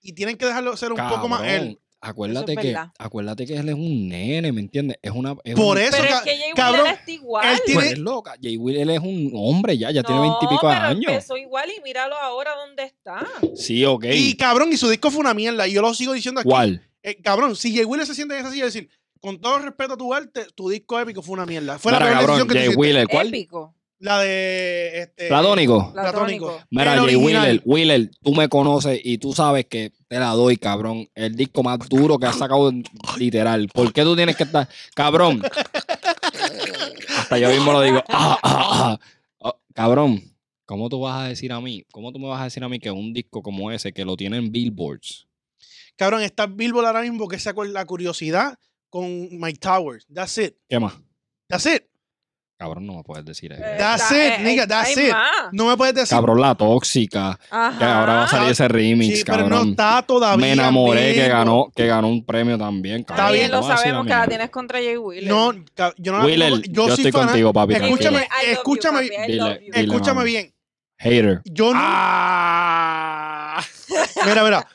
Y tienen que dejarlo ser un poco más
Cabrón,
él.
Acuérdate
Eso es
que,
verdad.
acuérdate que él es un nene, ¿me entiendes? Es una. es
Por
un-
eso,
pero es
ca-
que Jay
cabrón,
Wheeler está igual.
él
Pues
tiene-
es loca. Jay Will, él es un hombre ya, ya tiene
No,
veintipico
pero
años.
empezó igual y míralo ahora dónde está.
Sí, ok.
Y cabrón, y su disco fue una mierda. Y yo lo sigo diciendo aquí.
¿Cuál?
Eh, cabrón, si Jay Wheeler se siente en esa silla y decir, con todo respeto a tu arte, tu disco épico fue una mierda. Fue la
Mira,
peor
cabrón,
decisión que tú
Jay
hiciste.
Wheeler, ¿cuál?
Épico.
La de. Este,
Platónico.
Platónico.
Platónico.
Mira,
El
Jay
original.
Wheeler, Wheeler, tú me conoces y tú sabes que te la doy, cabrón. El disco más duro que has sacado, literal. ¿Por qué tú tienes que estar, cabrón? Hasta yo mismo lo digo. Ah, ah, ah. Oh, cabrón, ¿cómo tú vas a decir a mí? ¿Cómo tú me vas a decir a mí que un disco como ese, que lo tienen Billboards?
Cabrón, está Billboard ahora mismo que sacó la curiosidad con Mike Towers. That's it.
¿Qué más?
That's it.
Cabrón, no me puedes decir eso.
Eh,
That's
está-
it,
eh,
nigga,
eh,
that's
hay
it.
más.
No me puedes decir.
Cabrón, la tóxica.
Ajá.
Que ahora va a salir ese remix,
sí, pero
cabrón.
no está todavía.
me enamoré que
Billboard.
ganó, que ganó un premio también,
Está
cabrón.
bien,
bien,
No
lo
vas a decir a
sabemos
mí
que la
nada.
tienes contra Jay Wheeler.
No, ca- yo Ah, no la
Wheeler,
tengo-
yo, estoy
soy fanático.
contigo, papi. tranquilo.
Escúchame,
I love you,
escúchame,
papi, I love you.
Dile,
Escúchame
mamá.
bien.
Hater.
Yo nu-
Ah.
Mira, mira.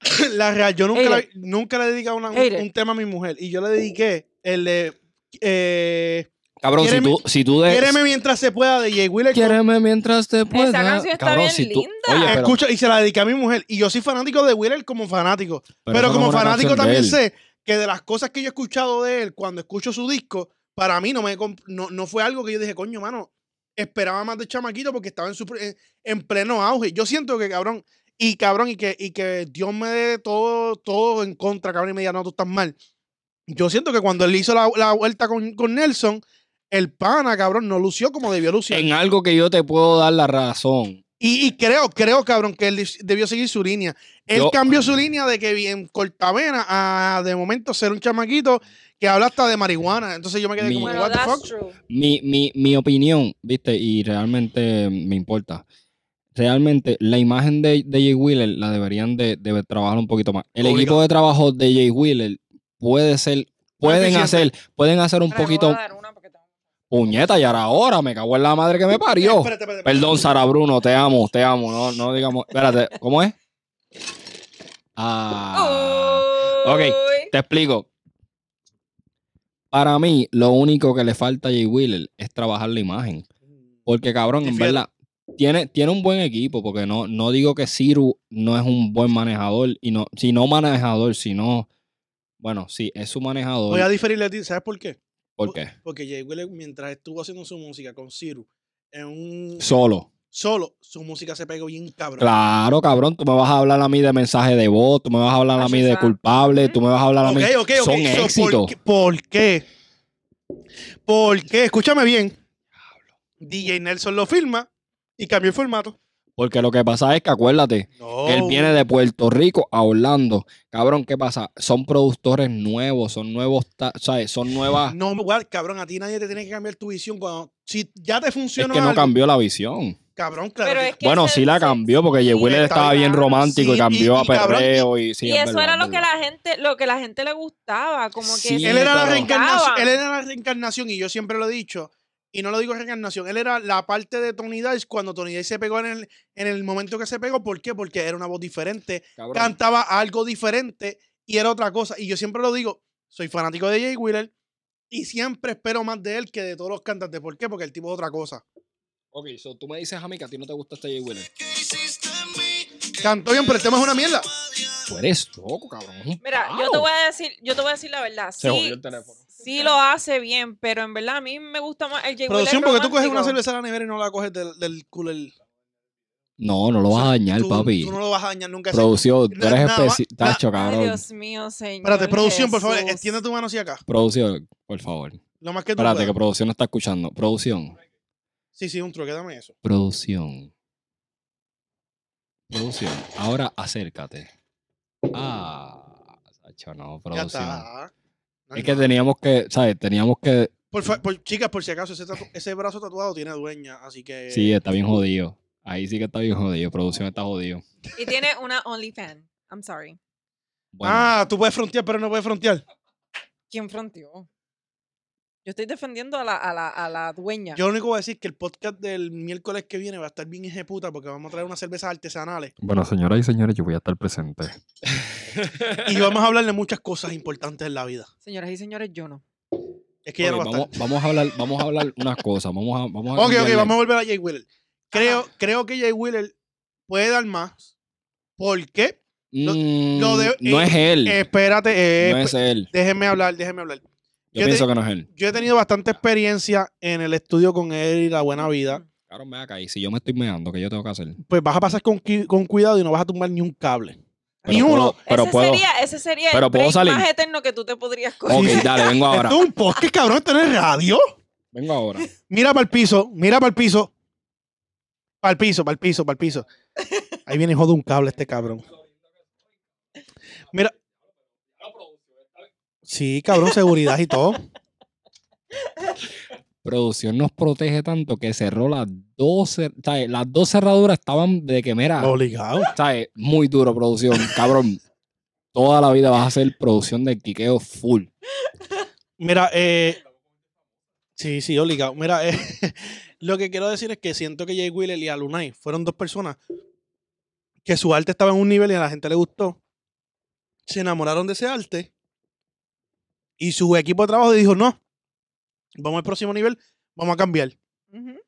la real, yo nunca,
Hater.
la- nunca le he dedicado una- un,
Hater.
un tema a mi mujer. Y yo le dediqué el de. Eh,
Cabrón, si
Quiéreme-
tú, si tú de-
Quiéreme mientras se pueda de Jay Wheeler. con-
Quiéreme mientras te pueda.
canción está bien
Ah.
linda.
Oye, pero,
Escucha, y se la dediqué a mi mujer. Y yo soy fanático de Wheeler como fanático. Pero,
eso no
como
es una
fanático
canción de
también
él.
sé que de las cosas que yo he escuchado de él cuando escucho su disco, para mí no, me, comp- no, no fue algo que yo dije, coño, mano, esperaba más de chamaquito porque estaba en, su, pr- en, en pleno auge. Yo siento que, cabrón, y cabrón, y que, y que Dios me dé todo, todo en contra, cabrón, y me diga, no, tú estás mal. Yo siento que cuando él hizo la, la vuelta con, con Nelson, el pana, cabrón, no lució como debió lucir.
En algo que yo te puedo dar la razón.
Y, y creo, creo, cabrón, que él dis- debió seguir su línea. Él
Yo-
cambió su línea de que bien cortavena a de momento ser un chamaquito que habla hasta de marihuana. Entonces yo me quedé
Mi-
como,
Bueno,
what the
that's
fuck?
true.
Mi, mi, mi opinión, viste, y realmente me importa. Realmente la imagen de, de Jay Wheeler la deberían de, de trabajar un poquito más. El
Obligado.
equipo de trabajo de Jay Wheeler puede ser, pueden
eficiente.
hacer, pueden hacer un
Ahora le voy
poquito
a dar una porque tengo-
puñeta y ahora ahora me cago en la madre que me parió.
Espérate, espérate, espérate.
Perdón, Sara Bruno, te amo, te amo. No, no digamos. Espérate, ¿cómo es? Ah. ok.
Uy.
Te explico. Para mí, lo único que le falta a Jay Wheeler es trabajar la imagen. Porque, cabrón, en
Difiero.
verdad, tiene, tiene un buen equipo. Porque no, no digo que Ciru no es un buen manejador. Y no, si no manejador, sino. Bueno, sí, es su manejador.
Voy a diferirle a ti, ¿sabes por qué?
¿Por qué?
Porque Jay Wheeler, mientras estuvo haciendo su música con Ciru, en un
Solo.
solo, su música se pegó bien cabrón.
Claro, cabrón, tú me vas a hablar a mí de mensaje de voz, tú me vas a hablar a
Ah,
mí de
exacto.
culpable, tú me vas a hablar a
Ok,
mí.
ok, ok.
Son
So, ¿por
éxitos.
qué- ¿Por qué? ¿Por qué? Escúchame bien. DJ Nelson lo firma y cambió el formato.
Porque lo que pasa es que acuérdate,
No.
Él viene de Puerto Rico a Orlando. Cabrón, ¿qué pasa? Son productores nuevos, son nuevos, ta- ¿sabes? Son nuevas.
No, guard, cabrón, a ti nadie te tiene que cambiar tu visión. Cuando, si ya te
Es
funciona
que no
algo,
cambió la visión.
cabrón, claro.
Pero
que-
es que
Bueno,
se-
sí la
se-
cambió porque
sí,
Jay Wheeler estaba
claro.
bien romántico
Sí,
y cambió
y-
a
y cabrón,
perreo y, sí,
Y
es
eso
verdad,
era
es
lo que
verdad.
la gente, lo que la gente le gustaba, como que
Sí,
se
él, era la
pero-
reencarnación,
pegaban.
él era la reencarnación, y yo siempre lo he dicho, y no lo digo reencarnación, él era la parte de Tony Dice cuando Tony Dice se pegó en el, en el momento que se pegó. ¿Por qué? Porque era una voz diferente,
Cabrón.
cantaba algo diferente y era otra cosa. Y yo siempre lo digo, soy fanático de Jay Wheeler y siempre espero más de él que de todos los cantantes. ¿Por qué? Porque el tipo es otra cosa.
Ok, so tú me dices a mí que a ti no te gusta este Jay Wheeler.
Cantó bien, pero el tema es una mierda.
Tú eres loco, cabrón. es un
Mira, yo te
palo.
voy a decir, yo te voy a decir la verdad.
Se jodió
Sí,
el teléfono.
sí lo hace bien, pero en verdad a mí me gusta más el Jay Wheeler
Producción, porque tú coges
romántico.
una cerveza a la nevera y no la coges del, del culo. del-
No, no lo vas a dañar,
tú,
papi.
Tú no lo vas a dañar nunca. ese-
Producción, tú
Na-
eres
nada más-
especial. Tacho,
Ay,
cabrón.
Dios mío, señor.
Espérate, producción, por favor,
Jesús.
extiende tu mano hacia acá.
Producción, por favor.
Lo más que tú
Espérate, que
puedas.
producción no está escuchando. Producción.
Sí, sí, un truque, dame eso.
Producción. Producción. Ahora acércate. Ah, Sacho, no,
Ya
producción.
está. No hay
Es que
nada.
teníamos que, ¿sabes? Teníamos que.
Por fa- por- chicas, por si acaso, ese, tatu- ese brazo tatuado tiene dueña, así que...
Sí, está bien jodido. Ahí sí que está bien jodido. Producción está jodido.
Y tiene una OnlyFans. I'm sorry.
Bueno,
Ah, tú puedes frontear, pero no puedes frontear.
¿Quién fronteó? Yo estoy defendiendo a la, a la, a la dueña.
Yo lo único que voy a decir es que el podcast del miércoles que viene va a estar bien ejeputa porque vamos a traer unas cervezas artesanales
Bueno, señoras y señores, yo voy a estar presente.
y vamos a hablar de muchas cosas importantes en la vida.
Señoras y señores, yo no.
Es que ya
ok,
no va a estar.
vamos, vamos a hablar, vamos a hablar unas cosas. Vamos a, vamos a
Ok, ok,
cambiarle.
vamos a volver a Jay Wheeler. Creo, creo que Jay Wheeler puede dar más. ¿Por qué? lo-
Mm,
lo de-
no es él.
Espérate, eh,
no es él.
déjenme hablar, déjenme hablar.
Yo,
yo te-
pienso que no es él.
Yo he tenido bastante experiencia en el estudio con él y la buena vida.
Cabrón, me acá. Y si yo me estoy meando, ¿qué yo tengo que hacer?
Pues vas a pasar con, qui- con cuidado y no vas a tumbar ni un cable. Ni
Pero
uno.
puedo- pero
ese,
puedo.
sería, ese sería el
pero puedo
break
salir. Oh.
más eterno que tú te podrías coger.
Ok,
Sí.
dale, vengo ahora.
Esto es un podcast, cabrón, esto no es radio.
Vengo ahora.
Mira para el piso, mira para el piso. Para el piso, para el piso, para el piso. Ahí viene hijo de un cable este cabrón. Mira. Sí, cabrón, seguridad y todo.
producción nos protege tanto que cerró las dos, cer- ¿sabes? las dos cerraduras estaban de que mira,
Obligado.
¿sabes? muy duro producción, cabrón. Toda la vida vas a hacer producción de quiqueo full.
Mira, eh, sí, sí, obligado. Mira, eh, lo que quiero decir es que siento que Jay Wheeler y Alunay fueron dos personas que su arte estaba en un nivel y a la gente le gustó. Se enamoraron de ese arte y su equipo de trabajo dijo, no, vamos al próximo nivel, vamos a cambiar.
Ujú.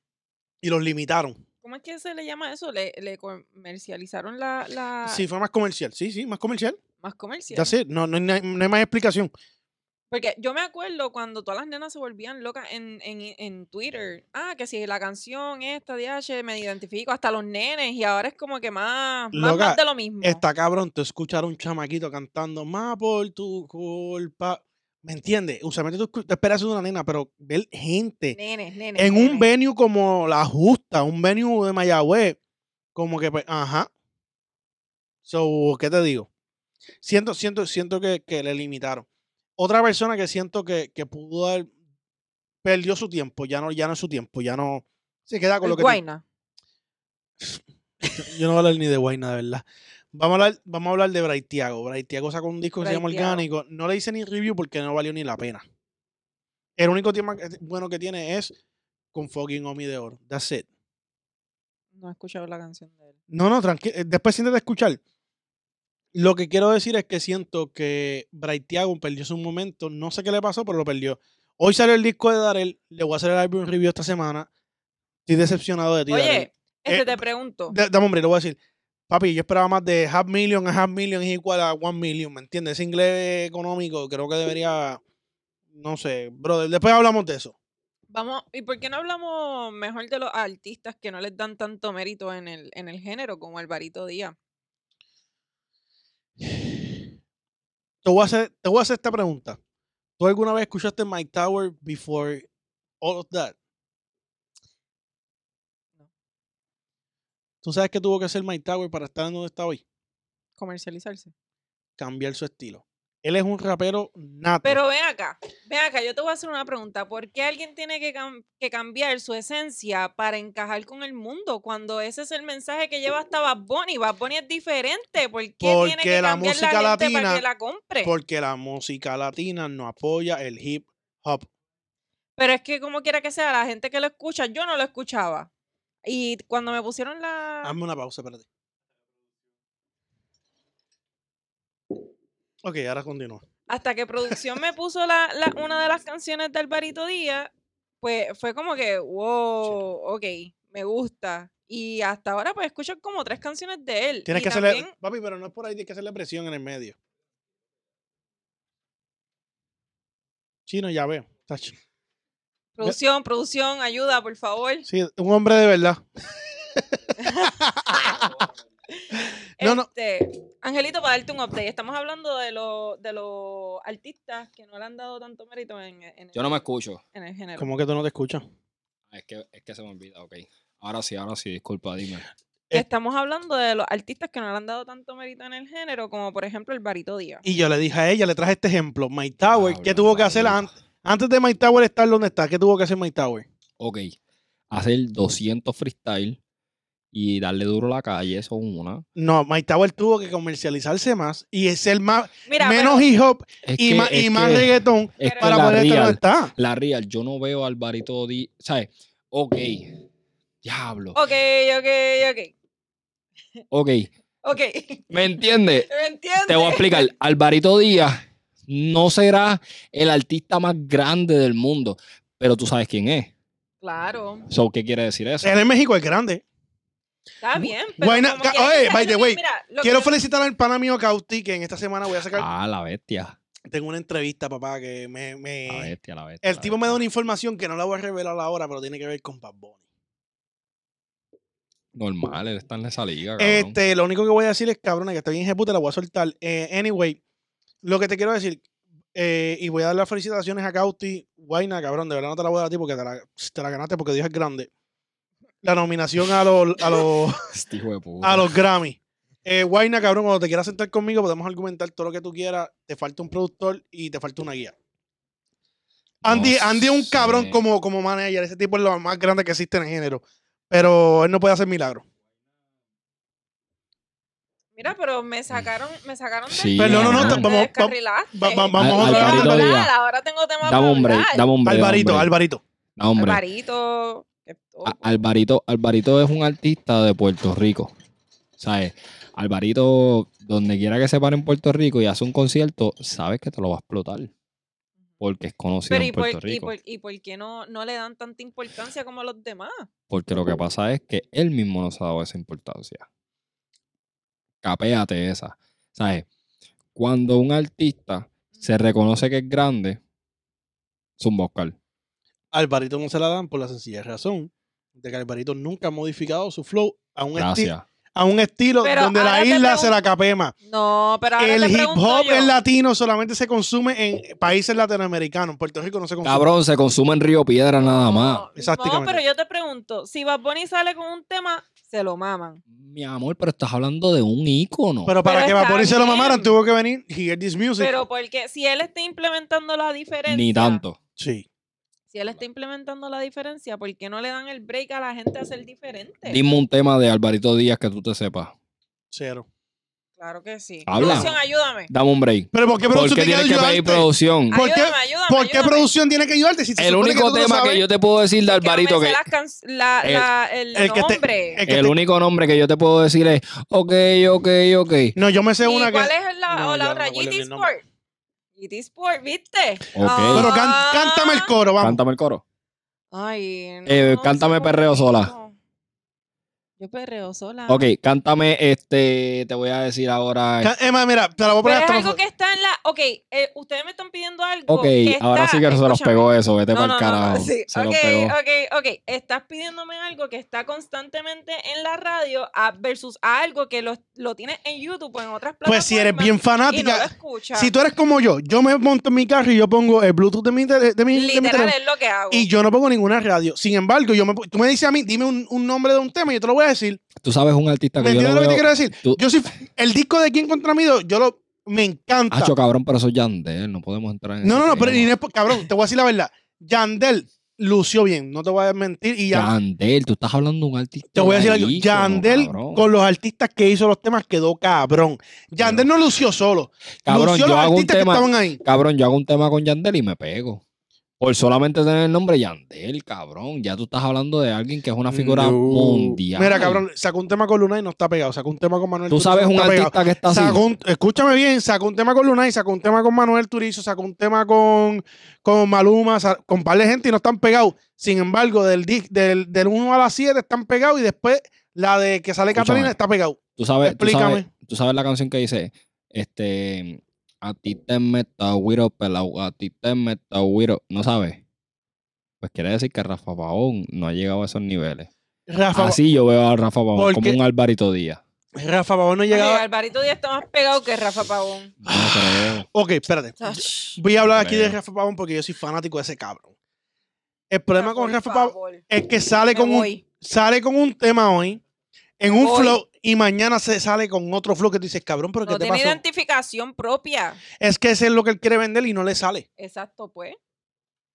Y los limitaron.
¿Cómo es que se le llama eso? Le, le comercializaron la, la
Sí, fue más comercial. Sí, sí, más comercial.
más comercial.
Ya sé, no, no, hay, na- no hay más explicación.
Porque yo me acuerdo cuando todas las nenas se volvían locas en, en, en Twitter. Ah, que si la canción esta de H me identifico, hasta los nenes, y ahora es como que más, más,
Loca,
más de lo mismo.
Está cabrón, te escuchar a un chamaquito cantando más por tu culpa. ¿Me entiendes? Usualmente tú escu- te esperas eso de una nena, pero ver gente
Nenes, nenes.
en un
nenes.
venue como La Justa, un venue de Mayagüez, como que, pues, ajá. So, ¿qué te digo? Siento, siento, siento que, que le limitaron. Otra persona que siento que, que pudo haber perdió su tiempo, ya no, ya no es su tiempo, ya no se queda con
El
lo que. tiene.
Guayna.
Yo no voy a hablar ni de Guayna, de verdad. Vamos a hablar, vamos a hablar de Braithiago. Braithiago sacó un disco que se llama
Bray Thiago.
Orgánico. No le hice ni review porque no valió ni la pena. El único tema que- bueno que tiene es con fucking Omi de Oro. That's it.
No he escuchado la canción de él.
No, no, tranquilo. Después siéntate a escuchar. Lo que quiero decir es que siento que Braithiago perdió su momento. No sé qué le pasó, pero lo perdió. Hoy salió el disco de Darel. Le voy a hacer el álbum review esta semana. Estoy decepcionado de ti, Darel.
Oye, este
Eh,
te pregunto.
Da- Dame, hombre, le voy a decir. Papi, yo esperaba más de half million a half million es igual a one million, ¿me entiendes? Ese inglés económico creo que debería, no sé, brother. Después hablamos de eso.
Vamos, ¿y por qué no hablamos mejor de los artistas que no les dan tanto mérito en el, en el género, como Alvarito Díaz?
Te voy, a hacer, te voy a hacer esta pregunta. ¿Tú alguna vez escuchaste Mike Tower before all of that?
No.
¿Tú sabes qué tuvo que hacer Mike Tower para estar en donde está hoy?
Comercializarse.
Cambiar su estilo. Él es un rapero nato.
Pero ven acá, ven acá, yo te voy a hacer una pregunta. ¿Por qué alguien tiene que, cam- que cambiar su esencia para encajar con el mundo cuando ese es el mensaje que lleva hasta Bad Bunny? Bad Bunny es diferente. ¿Por qué tiene
Porque
que
la
cambiar la,
música
gente para
latina-
que la compre?
porque la música latina no apoya el hip hop.
Pero es que como quiera que sea, la gente que lo escucha, yo no lo escuchaba. Y cuando me pusieron la...
Hazme una pausa, espérate. Ok, ahora continúa.
Hasta que producción me puso la, la- una de las canciones de Alvarito Díaz, pues fue como que, wow, ok, me gusta. Y hasta ahora pues escucho como tres canciones de él.
Tienes
Y
que hacerle.
también-
Papi, pero no es por ahí, tienes que hacerle presión en el medio. Chino, ya veo. tacho.
Producción, producción, ayuda, por favor.
Sí, un hombre de verdad. No, no.
Este, Angelito, para darte un update, estamos hablando de los de los artistas que no le han dado tanto mérito en, en el,
Yo no me escucho. Ah,
en el género.
¿Cómo que tú no te escuchas?
Es que, es que se me olvida, ok. Ahora sí, ahora sí, disculpa, dime.
Que
Eh.
Estamos hablando de los artistas que no le han dado tanto mérito en el género, como por ejemplo el Barito Díaz.
Y yo le dije a ella, le traje este ejemplo. Mike Tower, ¿qué tuvo que hacer an-
antes?
antes de Mike Tower estar donde está? ¿Qué tuvo que hacer Mike Tower?
Ok, hacer 200 freestyle y darle duro a la calle, eso es una.
No, Mike Tower tuvo que comercializarse más y es el más
Mira,
menos
pero,
hip hop
Es
y,
que-
más,
es
y más
que-
reggaetón
es
Pero-
que
para
la
poder estar donde
real,
está.
la real, yo no veo a Alvarito Di, ¿sabes? Ok, diablo,
ok, ok,
ok,
ok, ok.
¿me entiendes?
¿Me entiendes?
Te voy a explicar. Alvarito Díaz no será el artista más grande del mundo, pero tú sabes quién es.
Claro,
So, ¿Qué quiere decir eso?
Él en México es grande.
está bien. Pero
Guayna-
como
ca-
quiera
oye,
que sea,
by
es
the
lo que-
way,
mira, lo que
Quiero
yo-
felicitar al pana mío Cauti, que en esta semana voy a sacar.
Ah, la bestia.
Tengo una entrevista, papá, que me. me-
La bestia, la bestia.
Eh, el
la
tipo me
bestia.
da una información que no la voy a revelar ahora, pero tiene que ver con Bad Bunny.
Normal, él está en esa liga, cabrón.
Este, lo único que voy a decir es, cabrón, que está bien ejecuta, la voy a soltar. Eh, anyway, lo que te quiero decir, eh, y voy a dar las felicitaciones a Cauti, Guayna, cabrón, de verdad no te la voy a dar a ti porque te la, te la ganaste porque Dios es grande. La nominación a los, a los,
Este hijo de puta.
a los Grammy. Eh, Guayna, cabrón, cuando te quieras sentar conmigo podemos argumentar todo lo que tú quieras. Te falta un productor y te falta una guía. Andy,
No
Andy es un cabrón
sé.
como, como manager. Ese tipo es lo más grande que existe en el género. Pero él no puede hacer milagros.
Mira, pero me sacaron, me sacaron del
Sí,
tema,
Pero no, no, no,
te
vamos- vamos-
descarrilaste.
va- va- vamos
a
Quiero
hablar de
hablar,
Díaz.
Ahora tengo tema para
Dame un break,
hablar.
dame un break,
Alvarito,
dame un break.
Alvarito.
Dame un break.
Alvarito.
Ah,
que todo,
A- Alvarito, Alvarito es un artista de Puerto Rico. ¿Sabes? Alvarito, donde quiera que se pare en Puerto Rico y hace un concierto, sabes que te lo va a explotar. Porque es conocido
Pero
en
¿y por,
Puerto
y,
Rico.
por, ¿y por qué no, no le dan tanta importancia como los demás?
Porque lo que pasa es que él mismo nos ha dado esa importancia. Capéate esa. ¿Sabes? Cuando un artista se reconoce que es grande, es un vocal.
Alvarito no se la dan por la sencilla razón de que Alvarito nunca ha modificado su flow a un, esti-
Gracias.
a un estilo
Pero
donde
ahora
la
te
isla se
pregun-
la capema.
No, pero ahora
El
te
hip
pregunto
hop
yo.
en latino solamente se consume en países latinoamericanos. En Puerto Rico no se consume.
Cabrón, se consume en Río Piedra nada más.
No, No,
Exactamente.
pero yo te pregunto, si Bad Bunny sale con un tema, se lo maman.
Mi amor, pero estás hablando de un ícono.
Pero para
Pero
que
está
Vapor se lo mamaran,
bien.
tuvo que venir Hear This Music.
Pero porque si él está implementando la diferencia.
Ni tanto.
sí.
Si él está implementando la diferencia, ¿por qué no le dan el break a la gente a ser diferente?
Dime un tema de Alvarito Díaz que tú te sepas.
Cero.
Claro que sí.
Habla.
Producción, ayúdame.
Dame un break.
Pero ¿por qué
¿Por
producción
qué
tiene
tienes
que
que pedir
ayudarte? Ah,
producción?
¿Por qué-
Ayúdame, ayúdame.
¿Por qué
ayúdame.
producción tiene que ayudarte? Si se
El
supone que
único
tú no
tema
sabes?
que yo te puedo decir de
Es que no me
Alvarito
sé
que...
las can- la-
el-
la- el,
el que te-
nombre.
el que
El
te-
único nombre que yo te puedo decir es ok, ok, ok.
No, yo me sé
¿Y
una que.
cuál es la,
No,
o la
ya
otra?
no me acuerdo
GT
bien el nombre.
Sport. GT Sport, ¿viste?
Ok.
Pero can-
Ah.
cántame el coro, vamos.
Cántame el coro.
Ay, no,
Eh,
no
cántame
sé cómo
Perreo
es
Sola.
eso. Yo perreo sola.
Ok, cántame este, te voy a decir ahora.
Ca- Emma, mira, te la voy a
Pero
poner
es
hasta
algo
nosotros.
que está en la. Ok, eh, ustedes me están pidiendo algo.
Ok,
que
ahora
está-
sí que se los
escúchame.
pegó eso, vete
No,
para
no,
el
no, no,
carajo.
sí.
Se los pegó.
ok, ok, ok. Estás pidiéndome algo que está constantemente en la radio a- versus a algo que lo, lo tienes en YouTube o en otras plataformas.
Pues si eres bien
y no lo
fanática.
escuchas.
si tú eres como yo, yo me monto en mi carro y yo pongo el Bluetooth de mi, tele- de mi, de mi
Literal
teléfono
es lo que hago.
y yo no pongo ninguna radio. Sin embargo, yo me, tú me dices a mí, dime un, un nombre de un tema y yo te lo voy a decir.
Tú sabes un artista
¿Me
que yo
entiendes
no
lo que te quiero
veo.
decir?
Tú-
Yo soy el disco de quién contra mí, yo lo me encanta.
Hacho, cabrón, pero eso es Yandel, no podemos entrar en
no,
ese
no, no, pero
tema.
Inés, cabrón, te voy a decir la verdad. Yandel lució bien, no te voy a mentir y ya
Yandel, tú estás hablando de un artista.
te voy a decir algo.
ícono,
Yandel
cabrón.
con los artistas que hizo los temas quedó cabrón. Yandel no lució solo,
Cabrón,
lució
yo
los
hago un
artistas
tema.
que estaban ahí.
Cabrón, yo hago un tema con Yandel y me pego. Por solamente tener el nombre Yandel, cabrón. Ya tú estás hablando de alguien que es una figura
No.
mundial.
Mira, cabrón, sacó un tema con Luna y no está pegado. Sacó un tema con Manuel
Tú
Turizo y
sabes
no
un
está pegado.
artista que está así.
Sacó un- escúchame bien, sacó un tema con Luna y sacó un tema con Manuel Turizo, sacó un tema con, con Maluma, sa- con un par de gente y no están pegados. Sin embargo, del, dis- del, 1 a la 7 están pegados y después la de que sale
Escúchame.
Catalina está pegado.
Tú sabes, tú
Explícame.
sabes, tú sabes la canción que dice, este, a ti te meta güiro, pelao, a ti te meta güiro. ¿No sabes? Pues quiere decir que Rafa Paón no ha llegado a esos niveles.
Rafa,
Así yo veo a Rafa Paón
¿Por
como
qué?
un Alvarito Díaz.
Rafa Pavón no
Oye,
llegaba.
Alvarito Díaz está más pegado que Rafa Pavón.
No creo.
Ok, espérate.
Ach,
Voy a hablar aquí de
Creo.
Rafa Pavón porque yo soy fanático de ese cabrón. El problema con
por
Rafa Pavón
favor.
es que sale
Me
con un
voy.
sale con un tema hoy, en un
Hoy.
flow, y mañana se sale con otro flow que tú dices, cabrón, pero ¿qué
No
te
tiene
pasó?
identificación propia.
Es que ese es lo que él quiere vender y no le sale.
Exacto, pues.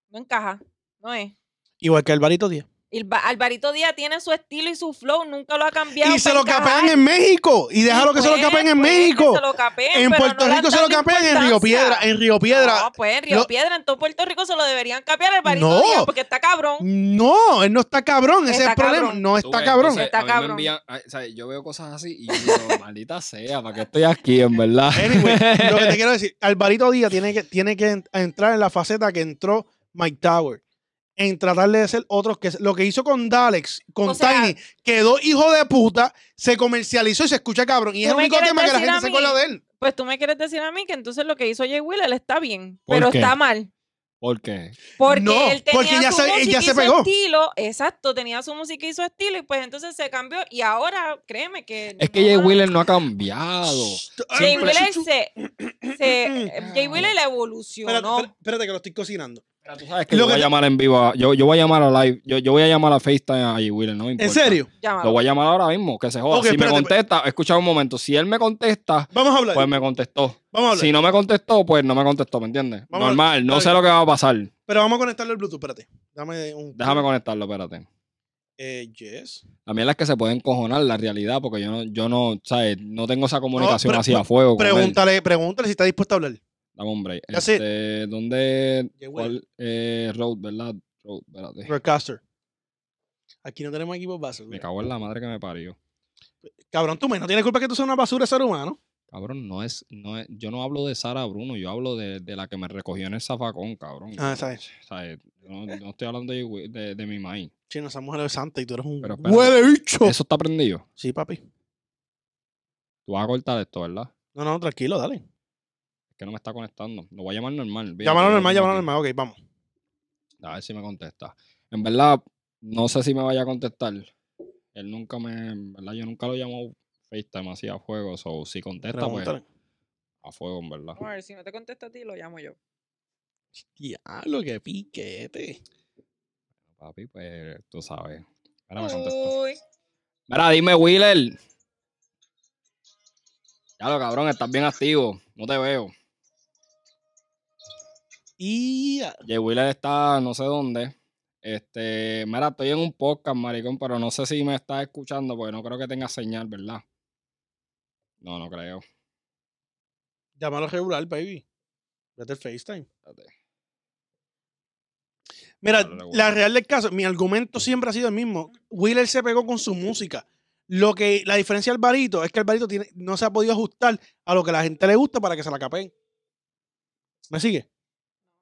No encaja. No es.
Igual que Alvarito Díaz.
Y el Ba- Alvarito Díaz tiene su estilo y su flow, nunca lo ha cambiado.
Y se
para
lo capean
encajar.
en México. Y déjalo que se lo
Pues,
capen en
pues, que
México.
se lo capeen,
En
pero
Puerto
no le han
Rico se lo
dado
capean en Río Piedra.
importancia.
En Río Piedra.
No, pues en Río
Lo-
Piedra, en todo Puerto Rico se lo deberían capear el barito
No.
porque está cabrón.
No, él no está cabrón. Ese es
Está
el problema.
cabrón.
No
Tú
está
ves,
cabrón.
entonces,
Está
a mí me
cabrón.
envían- ay, o sea, yo veo cosas así y yo digo, maldita sea, ¿para qué estoy aquí en verdad?
Anyway, lo que te quiero decir, Alvarito Díaz tiene que, tiene que en- entrar en la faceta que entró Mike Tower. En tratar de ser otros que lo que hizo con Dalex, con
O sea-
Tiny, quedó hijo de puta, se comercializó y se escucha cabrón. Y es
¿Tú
el
me
único
quieres
tema que la
decir
gente
a
se
mí?
acuerda de él.
Pues tú me quieres decir a mí que entonces lo que hizo Jay Wheeler está bien,
¿Por
pero
qué?
está mal.
¿Por qué?
Porque
No,
él tenía
porque ya
su
se-
música
ya
y
se
su
pegó.
estilo. Exacto, tenía su música y su estilo y pues entonces se cambió y ahora, créeme que...
Es que
no
Jay
va-
Wheeler no ha cambiado.
Jay
Ay,
Wheeler
chu- chu-
se... se- Jay Wheeler
Espérate,
evolucionó.
espérate, espérate que lo estoy cocinando.
Pero tú sabes
que
que
Lo
yo voy
yo que voy
a
a te-
llamar en vivo. Yo, voy a llamar a live. Yo, voy a llamar a FaceTime a Jay Wheeler, no me importa.
¿En serio?
Lo
Llámalo.
voy a llamar ahora mismo, que se joda.
Ok,
si
espérate,
me contesta, escucha un momento. Si él me contesta,
Vamos a hablar.
pues me contestó.
vamos a hablar.
Si no me contestó, pues no me contestó, ¿me entiendes?
Vamos a-
Normal, no
dale.
sé lo que va a pasar.
Pero vamos a conectarle el Bluetooth, espérate. Dame un.
Déjame conectarlo, espérate.
Eh, yes.
La mierda es que se pueden cojonar la realidad, porque yo no, yo no, ¿sabes? No tengo esa comunicación
pre-
así a fuego. con él.
Pregúntale, pregúntale si está dispuesto a hablar.
Dame un break.
Ya sé.
Este, ¿Dónde?
Jay Wheeler.
¿Cuál? Eh, road, ¿verdad? Road, espérate.
Broadcaster. Aquí no tenemos equipos básicos.
Me cago en la madre que me parió.
Cabrón, tú me no tienes culpa que tú seas una basura de ser humano.
Cabrón, no es, no es- yo no hablo de Sara Bruno, yo hablo de, de la que me recogió en el zafacón, cabrón.
Ah, ¿sabes?
O sea, eh, no, no estoy hablando de, güey- de- de mi maíz.
Sí, no, esa mujer es santa y tú eres un
Pero espérate.
huele bicho.
Eso está prendido.
Sí, papi.
Tú vas a cortar esto, ¿verdad?
No, no, tranquilo, dale.
Que no me está conectando. Lo voy a llamar normal. olvídate,
Llámalo
lo
normal,
tengo
llámalo
aquí.
normal. Ok, vamos.
A ver si me contesta. En verdad, no sé si me vaya a contestar. Él nunca me. En verdad, yo nunca lo llamo FaceTime así a fuego. O si contesta, pues.
Pregúntale.
A fuego, en verdad.
Vamos a ver, si no te contesto a ti, lo llamo yo.
Diablo, qué piquete.
Papi, pues tú sabes. Mira,
Ah.
me contestó.
Uy,
Mira, dime, Wheeler. Ya lo cabrón, estás bien activo. No te veo.
Y
Jay Wheeler está no sé dónde. Este, mira, estoy en un podcast, maricón, pero no sé si me estás escuchando porque no creo que tenga señal, ¿verdad? No, no creo.
llámalo regular, baby. Vete el FaceTime. Mira,
Dale, güey.
la real del caso, mi argumento siempre ha sido el mismo. Wheeler se pegó con su música. Lo que, la diferencia del barito es que el barito tiene, no se ha podido ajustar a lo que la gente le gusta para que se la capeen. ¿Me sigue?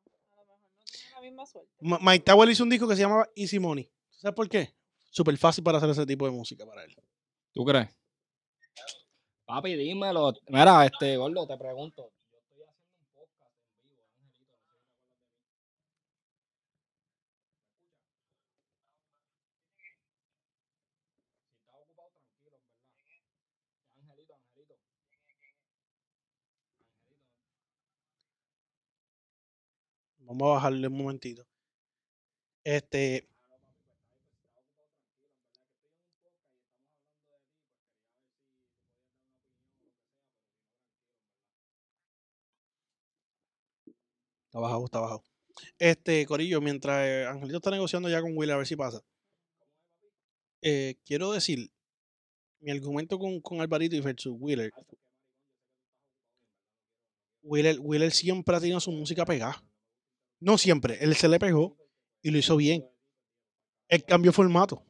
a lo mejor no tiene la misma suerte.
Ma- Mike Tower hizo un disco que se llamaba Easy Money. ¿Sabes por qué? Súper fácil para hacer ese tipo de música para él.
¿Tú crees? Papi, dímelo. Mira, este, gordo, te pregunto. Yo estoy haciendo un podcast en vivo, Angelito, no sé si te acuerdas de mí. Si estás ocupado, tranquilo, en verdad. Angelito, Angelito.
Vamos a bajarle un momentito. Este. Está bajado, está bajado. Este, Corillo, mientras eh, Angelito está negociando ya con Will a ver si pasa. Eh, quiero decir, mi argumento con, con Alvarito y versus Wheeler. Wheeler. Wheeler siempre ha tenido su música pegada. No siempre. Él se le pegó y lo hizo bien. Él cambió formato.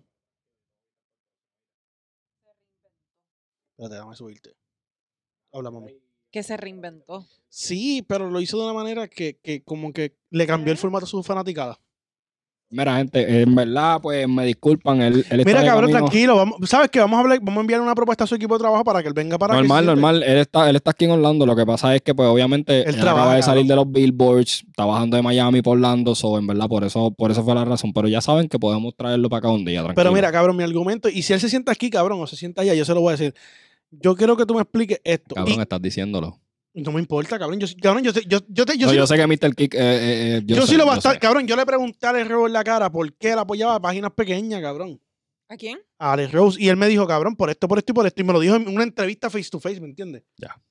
Espérate, déjame subirte. Habla, mami.
Que se reinventó.
Sí, pero lo hizo de una manera que, que como que le cambió el formato a su fanaticada.
Mira, gente, en verdad, pues me disculpan. Él, él está
Mira,
de
cabrón,
camino.
tranquilo. Vamos, ¿Sabes qué? Vamos a, hablar, vamos a enviar una propuesta a su equipo de trabajo para que él venga para
normal,
que
normal. Él está, él está aquí en Orlando. Lo que pasa es que, pues, obviamente, él,
trabaja,
acaba de salir de los billboards, está bajando de Miami por Orlando, so, en verdad, por eso, por eso fue la razón. Pero ya saben que podemos traerlo para acá un día, tranquilo.
Pero mira, cabrón, mi argumento. Y si él se sienta aquí, cabrón, o se sienta allá, yo se lo voy a decir. Yo quiero que tú me expliques esto.
cabrón,
Y-
estás diciéndolo.
no me importa, cabrón. Yo, cabrón, yo, te- yo, yo, te- yo
No,
sí
yo
lo-
sé que Mr. Kick. eh, eh, eh,
Yo, sí
sé,
lo va a
yo
estar,
sé.
cabrón. Yo le pregunté a Alex Rose en la cara por qué él apoyaba a páginas pequeñas, cabrón.
¿A quién?
A Alex Rose. Y él me dijo, cabrón, por esto, por esto y por esto. Y me lo dijo en una entrevista face to face, ¿me entiendes?
Ya.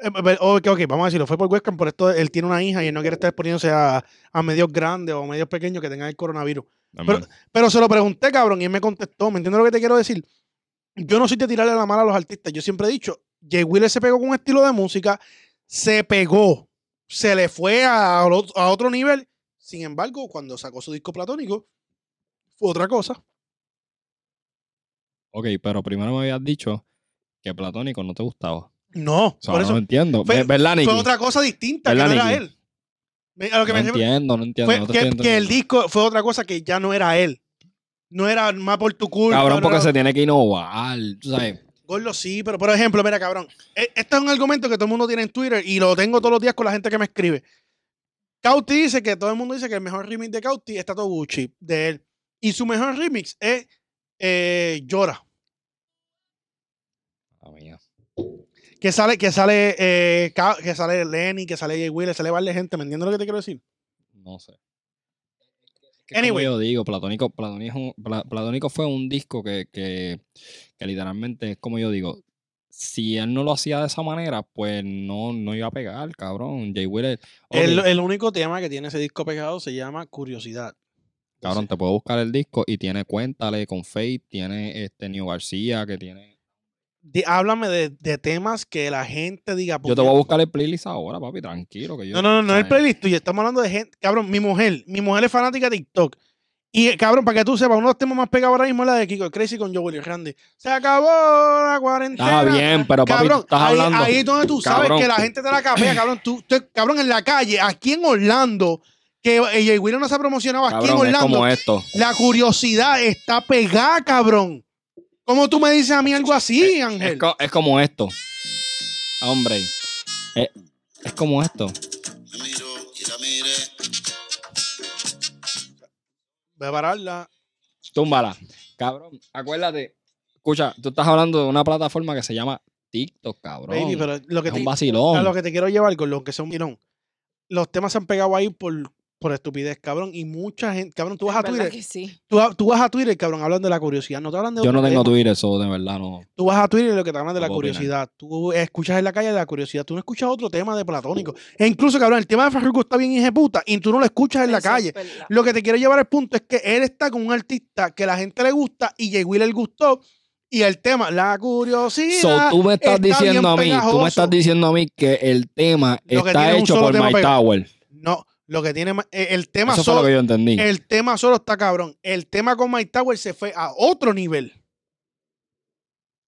Eh, eh, Ok, ok, vamos a decirlo. Fue por webcam, por esto él tiene una hija y él no
Eh,
quiere estar exponiéndose a, a medios grandes o medios pequeños que tengan el coronavirus.
Normal.
Pero se lo pregunté, cabrón, y él me contestó. ¿Me entiendes lo que te quiero decir? Yo no soy de tirarle la mala a los artistas. Yo siempre he dicho, Jay Wheeler se pegó con un estilo de música, se pegó, se le fue a, al otro- a otro nivel. Sin embargo, cuando sacó su disco platónico, fue otra cosa.
Ok, pero primero me habías dicho que Platónico no te gustaba. O
No,
sea,
por
no
eso
entiendo.
fue-
Ve- ¿Verdad, Nicky?
fue otra cosa distinta, que no
¿Verdad,
era
Nicky?
él. Me- A lo que
no
me refiero-
entiendo, no entiendo.
fue
no te
que,
estoy
que el
entendiendo.
disco fue otra cosa que ya no era él. No era más por tu culpa.
Cabrón,
no
porque
era-
se tiene que innovar. Tú sabes.
Gordo, sí, pero por ejemplo, mira, cabrón. e- Este es un argumento que todo el mundo tiene en Twitter y lo tengo todos los días con la gente que me escribe. Cauti dice que todo el mundo dice que el mejor remix de Cauti es Tato Gucci, de él. Y su mejor remix es eh, Llora,
Ah, mía.
que sale, que sale, eh, Ca- que sale Lenny, que sale Jay Wheeler, sale varias gente. ¿Me entiendes lo que te quiero decir?
No sé. que como
Anyway.
yo digo, Platónico, Platónico, Pla- Platónico fue un disco que, que, que literalmente es como yo digo. Si él no lo hacía de esa manera, pues no, no iba a pegar, cabrón. Jay Wheeler. ok,
El, el único tema que tiene ese disco pegado se llama Curiosidad.
cabrón, te puedo buscar el disco y tiene Cuéntale con Faith, tiene este New García, que tiene.
Di- háblame de, de temas que la gente diga.
Yo te voy a
"Puñeta".
buscar el playlist ahora, papi, tranquilo. Que yo,
No, no, no, no es el
¿sabes?
playlist tuyo. Estamos hablando de gente. Cabrón, mi mujer. Mi mujer es fanática de TikTok. Y eh, cabrón, para que tú sepas, uno de los temas más pegados ahora mismo es la de Kiko el Crazy con Joel y Randy. Se acabó la cuarentena.
Está bien, pero papi,
Cabrón,
tú estás
ahí,
hablando.
ahí es donde tú sabes
Cabrón.
que la gente te la capea, cabrón. Tú, tú- cabrón, en la calle, aquí en Orlando, que eh, Jay Wheeler no se ha promocionado, aquí
cabrón,
en
es
Orlando,
como esto.
la curiosidad está pegada, cabrón. ¿Cómo tú me dices a mí algo así, Ángel?
Es, co- es como esto. Hombre. Eh, Es como esto.
La miro y la miré.
Voy a pararla.
Túmbala. Cabrón, acuérdate. Escucha, tú estás hablando de una plataforma que se llama TikTok, cabrón.
Baby, pero lo que,
es
te,
un
a lo
vacilón.
que te quiero llevar con lo que son mirón. Los temas se han pegado ahí por, por estupidez, cabrón. Y mucha gente, cabrón, tú vas a
¿Verdad
Twitter.
que sí.
Tú, va- tú vas a Twitter, cabrón, hablan de la curiosidad. No te hablan de
Yo no
otra
tengo
cosa.
Twitter, eso de verdad no.
Tú vas a Twitter y lo que te hablan de
No
la
puedo opinar.
curiosidad. Tú escuchas en la calle de la curiosidad. Tú no escuchas otro tema de platónico. E incluso, cabrón, el tema de Farruko está bien ejeputa y tú no lo escuchas en la
Eso
calle.
es verdad.
Lo que te quiero llevar al punto es que él está con un artista que la gente le gusta y Jay Will le gustó. Y el tema, la
So,
curiosidad.
tú me estás
está bien
diciendo a mí, tú
pegajoso.
me estás diciendo a mí que el tema
Lo que tiene
está
un
hecho
solo
por
tema
My
pegado.
Tower.
No, lo que tiene. ma- eh, El tema
Eso fue
solo.
lo que yo entendí.
El tema solo está cabrón. El tema con Mike Tower se fue a otro nivel.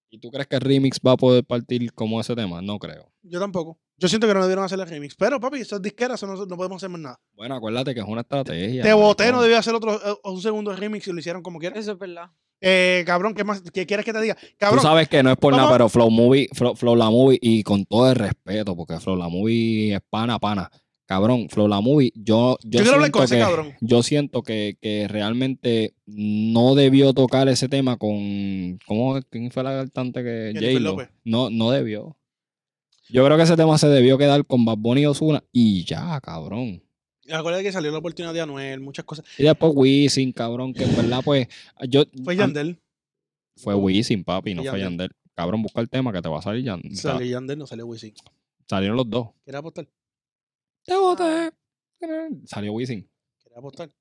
¿Y tú crees que el remix va a poder partir como ese tema? No creo.
Yo tampoco. Yo siento que no debieron hacer el remix. Pero, papi, esas disqueras, eso no, no podemos hacer más nada.
Bueno, acuérdate que es una estrategia.
Te boté, no
debía.
debía hacer otro eh, un segundo remix y lo hicieron como quieras.
Eso es verdad.
Eh, cabrón, ¿qué más qué quieres que te diga?
Tú
Cabrón,
sabes que no es por nada,
Vamos a-
pero Flow Movie, Flow, Flow La Movie, y con todo el respeto, porque Flow La Movie es pana, pana. Cabrón, Flow La Movie, yo, yo,
yo quiero hablar
siento
con ese
que-
cabrón.
Yo siento que, que realmente no debió tocar ese tema con. ¿Cómo? ¿Quién fue la cantante que.?
Jennifer
J-Lo?
López.
No, no debió. Yo creo que ese tema se debió quedar con Bad Bunny y Ozuna y ya, cabrón.
Acuérdate que salió la oportunidad de Anuel, muchas cosas.
Y después Wisin, cabrón, que en verdad, pues. Yo,
Fue
a-
Yandel.
Fue Wisin, papi, no
Fue
fue
Yandel.
Yandel. Cabrón, busca el tema que te va a salir Yandel.
Salió Yandel, no salió Wisin.
Salieron los dos.
¿Quieres apostar?
Te boté. Salió Wisin.
¿Quieres apostar?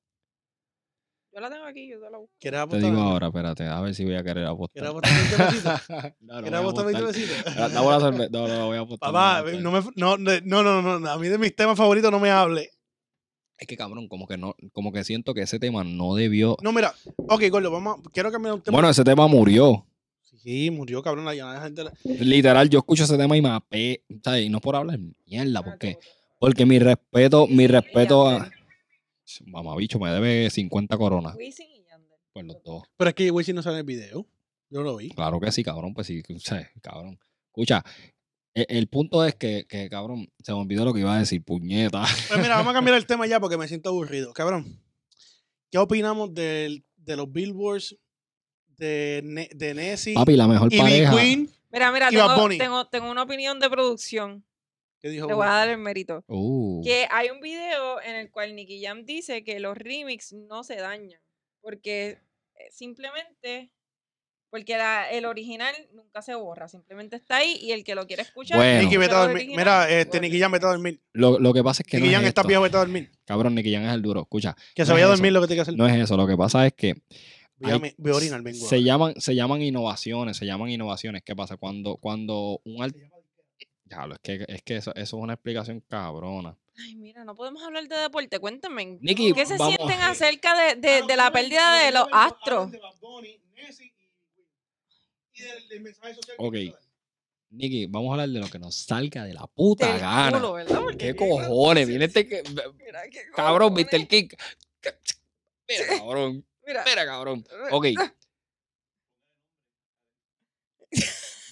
Yo la tengo aquí, yo te la busco.
¿Quieres
Te
apostar?
digo
Anuel?
ahora, espérate, a ver si voy a querer apostar.
¿Quieres apostar 20 pesitos?
No, no voy
¿Quieres
a
apostar 20
apostar.
pesitos?
Da- Dame la cerve- No, no, voy a apostar. pues.
Papá,
voy a apostar.
no, me, no, no, no, no, no, a mí de mis temas favoritos no me hable.
Es que cabrón, como que no, como que siento que ese tema no debió.
No, mira, ok, Gordo, vamos, a- quiero cambiar un tema.
Bueno, ese tema murió.
sí, murió, cabrón, la llamada de gente. la-
Literal, yo escucho ese tema y me apé. ¿sabes? Y no es por hablar mierda, ¿por qué? Porque mi respeto, Oh, mi respeto a. Mamabicho, me debe 50 coronas.
Wisin y Yandel.
Pues los dos.
Pero es que Wisin no sale en el video. Yo lo vi.
Claro que sí, cabrón, pues sí, o sea, cabrón. Escucha, e- el, punto es que, que, cabrón, se me olvidó lo que iba a decir, puñeta.
Pues mira, vamos a cambiar el tema ya porque me siento aburrido. Cabrón, ¿qué opinamos del- de los billboards de, Ne- de Nessie
Papi, la mejor
y Big
pareja.
Queen?
Mira, mira,
Y Bad
tengo,
Bunny.
tengo, tengo una opinión de producción.
¿Qué dijo?
Le voy a dar el mérito.
Uh,
Que hay un video en el cual Nicky Jam dice que los remix no se dañan. Porque eh, simplemente. Porque la- el original nunca se borra, simplemente está ahí y el que lo quiere escuchar.
Bueno.
Nicky,
escucha
vete a
lo
dormir.
original.
Mira, este, Nicky Jam, vete a dormir.
lo, lo que pasa es que no
Nicky
es
Jam está
esto.
viejo, vete a dormir.
Cabrón, Nicky Jam es el duro. Escucha, No
Que se
es
vaya a
eso.
dormir lo que tiene que hacer.
no es eso. Lo que pasa es que
voy, a,
hay-
me- voy a orinar, vengo.
se
ahora.
llaman, se llaman innovaciones, se llaman innovaciones. ¿Qué pasa? Cuando, cuando un art- Diablo, es que, es que eso, eso es una explicación cabrona.
Ay, mira, no podemos hablar de deporte. Cuéntame.
Nicky,
¿Qué se
vamos-
sienten acerca de, de- de la pérdida de los astros?
Ok. Nicky, vamos a hablar de lo que nos salga de la puta
Del
gana.
culo, ¿verdad? Porque
¿Qué
mira,
cojones? Viene este que-
mira, qué
Cabrón,
cojones.
viste el kick. Mira, cabrón.
Mira,
Mira, cabrón. Ok.
ah.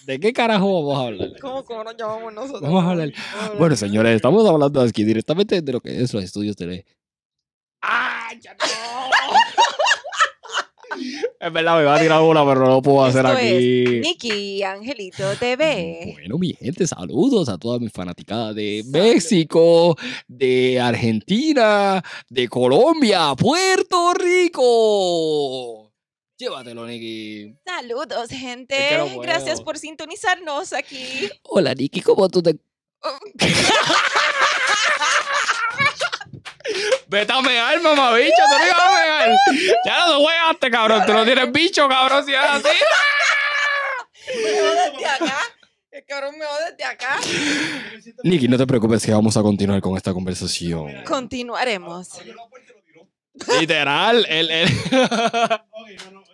¿De qué carajo vamos a hablar?
¿cómo, cómo nos llamamos nosotros?
Vamos a hablar. Bueno, señores, estamos hablando aquí directamente de lo que es los estudios de. ¡Ah, ya no! es verdad, me va a tirar una, pero no lo puedo hacer
Esto es
aquí.
Nicky Angelito TV.
Bueno, mi gente, saludos a toda mi fanaticada de México, de Argentina, de Colombia, Puerto Rico. Llévatelo, Nicky.
Saludos, gente.
Es que no puedo.
Gracias por sintonizarnos aquí.
Hola, Nicky, ¿cómo tú te...? Vete a mear, mamabicho, tú no ibas a mear. Ya no te juegaste, cabrón, tú no tienes bicho, cabrón, si es así.
Me va desde acá. El cabrón me va desde acá.
Nicky, no te preocupes que vamos a continuar con esta conversación.
Continuaremos.
Literal, el... el-
Ok, no, no,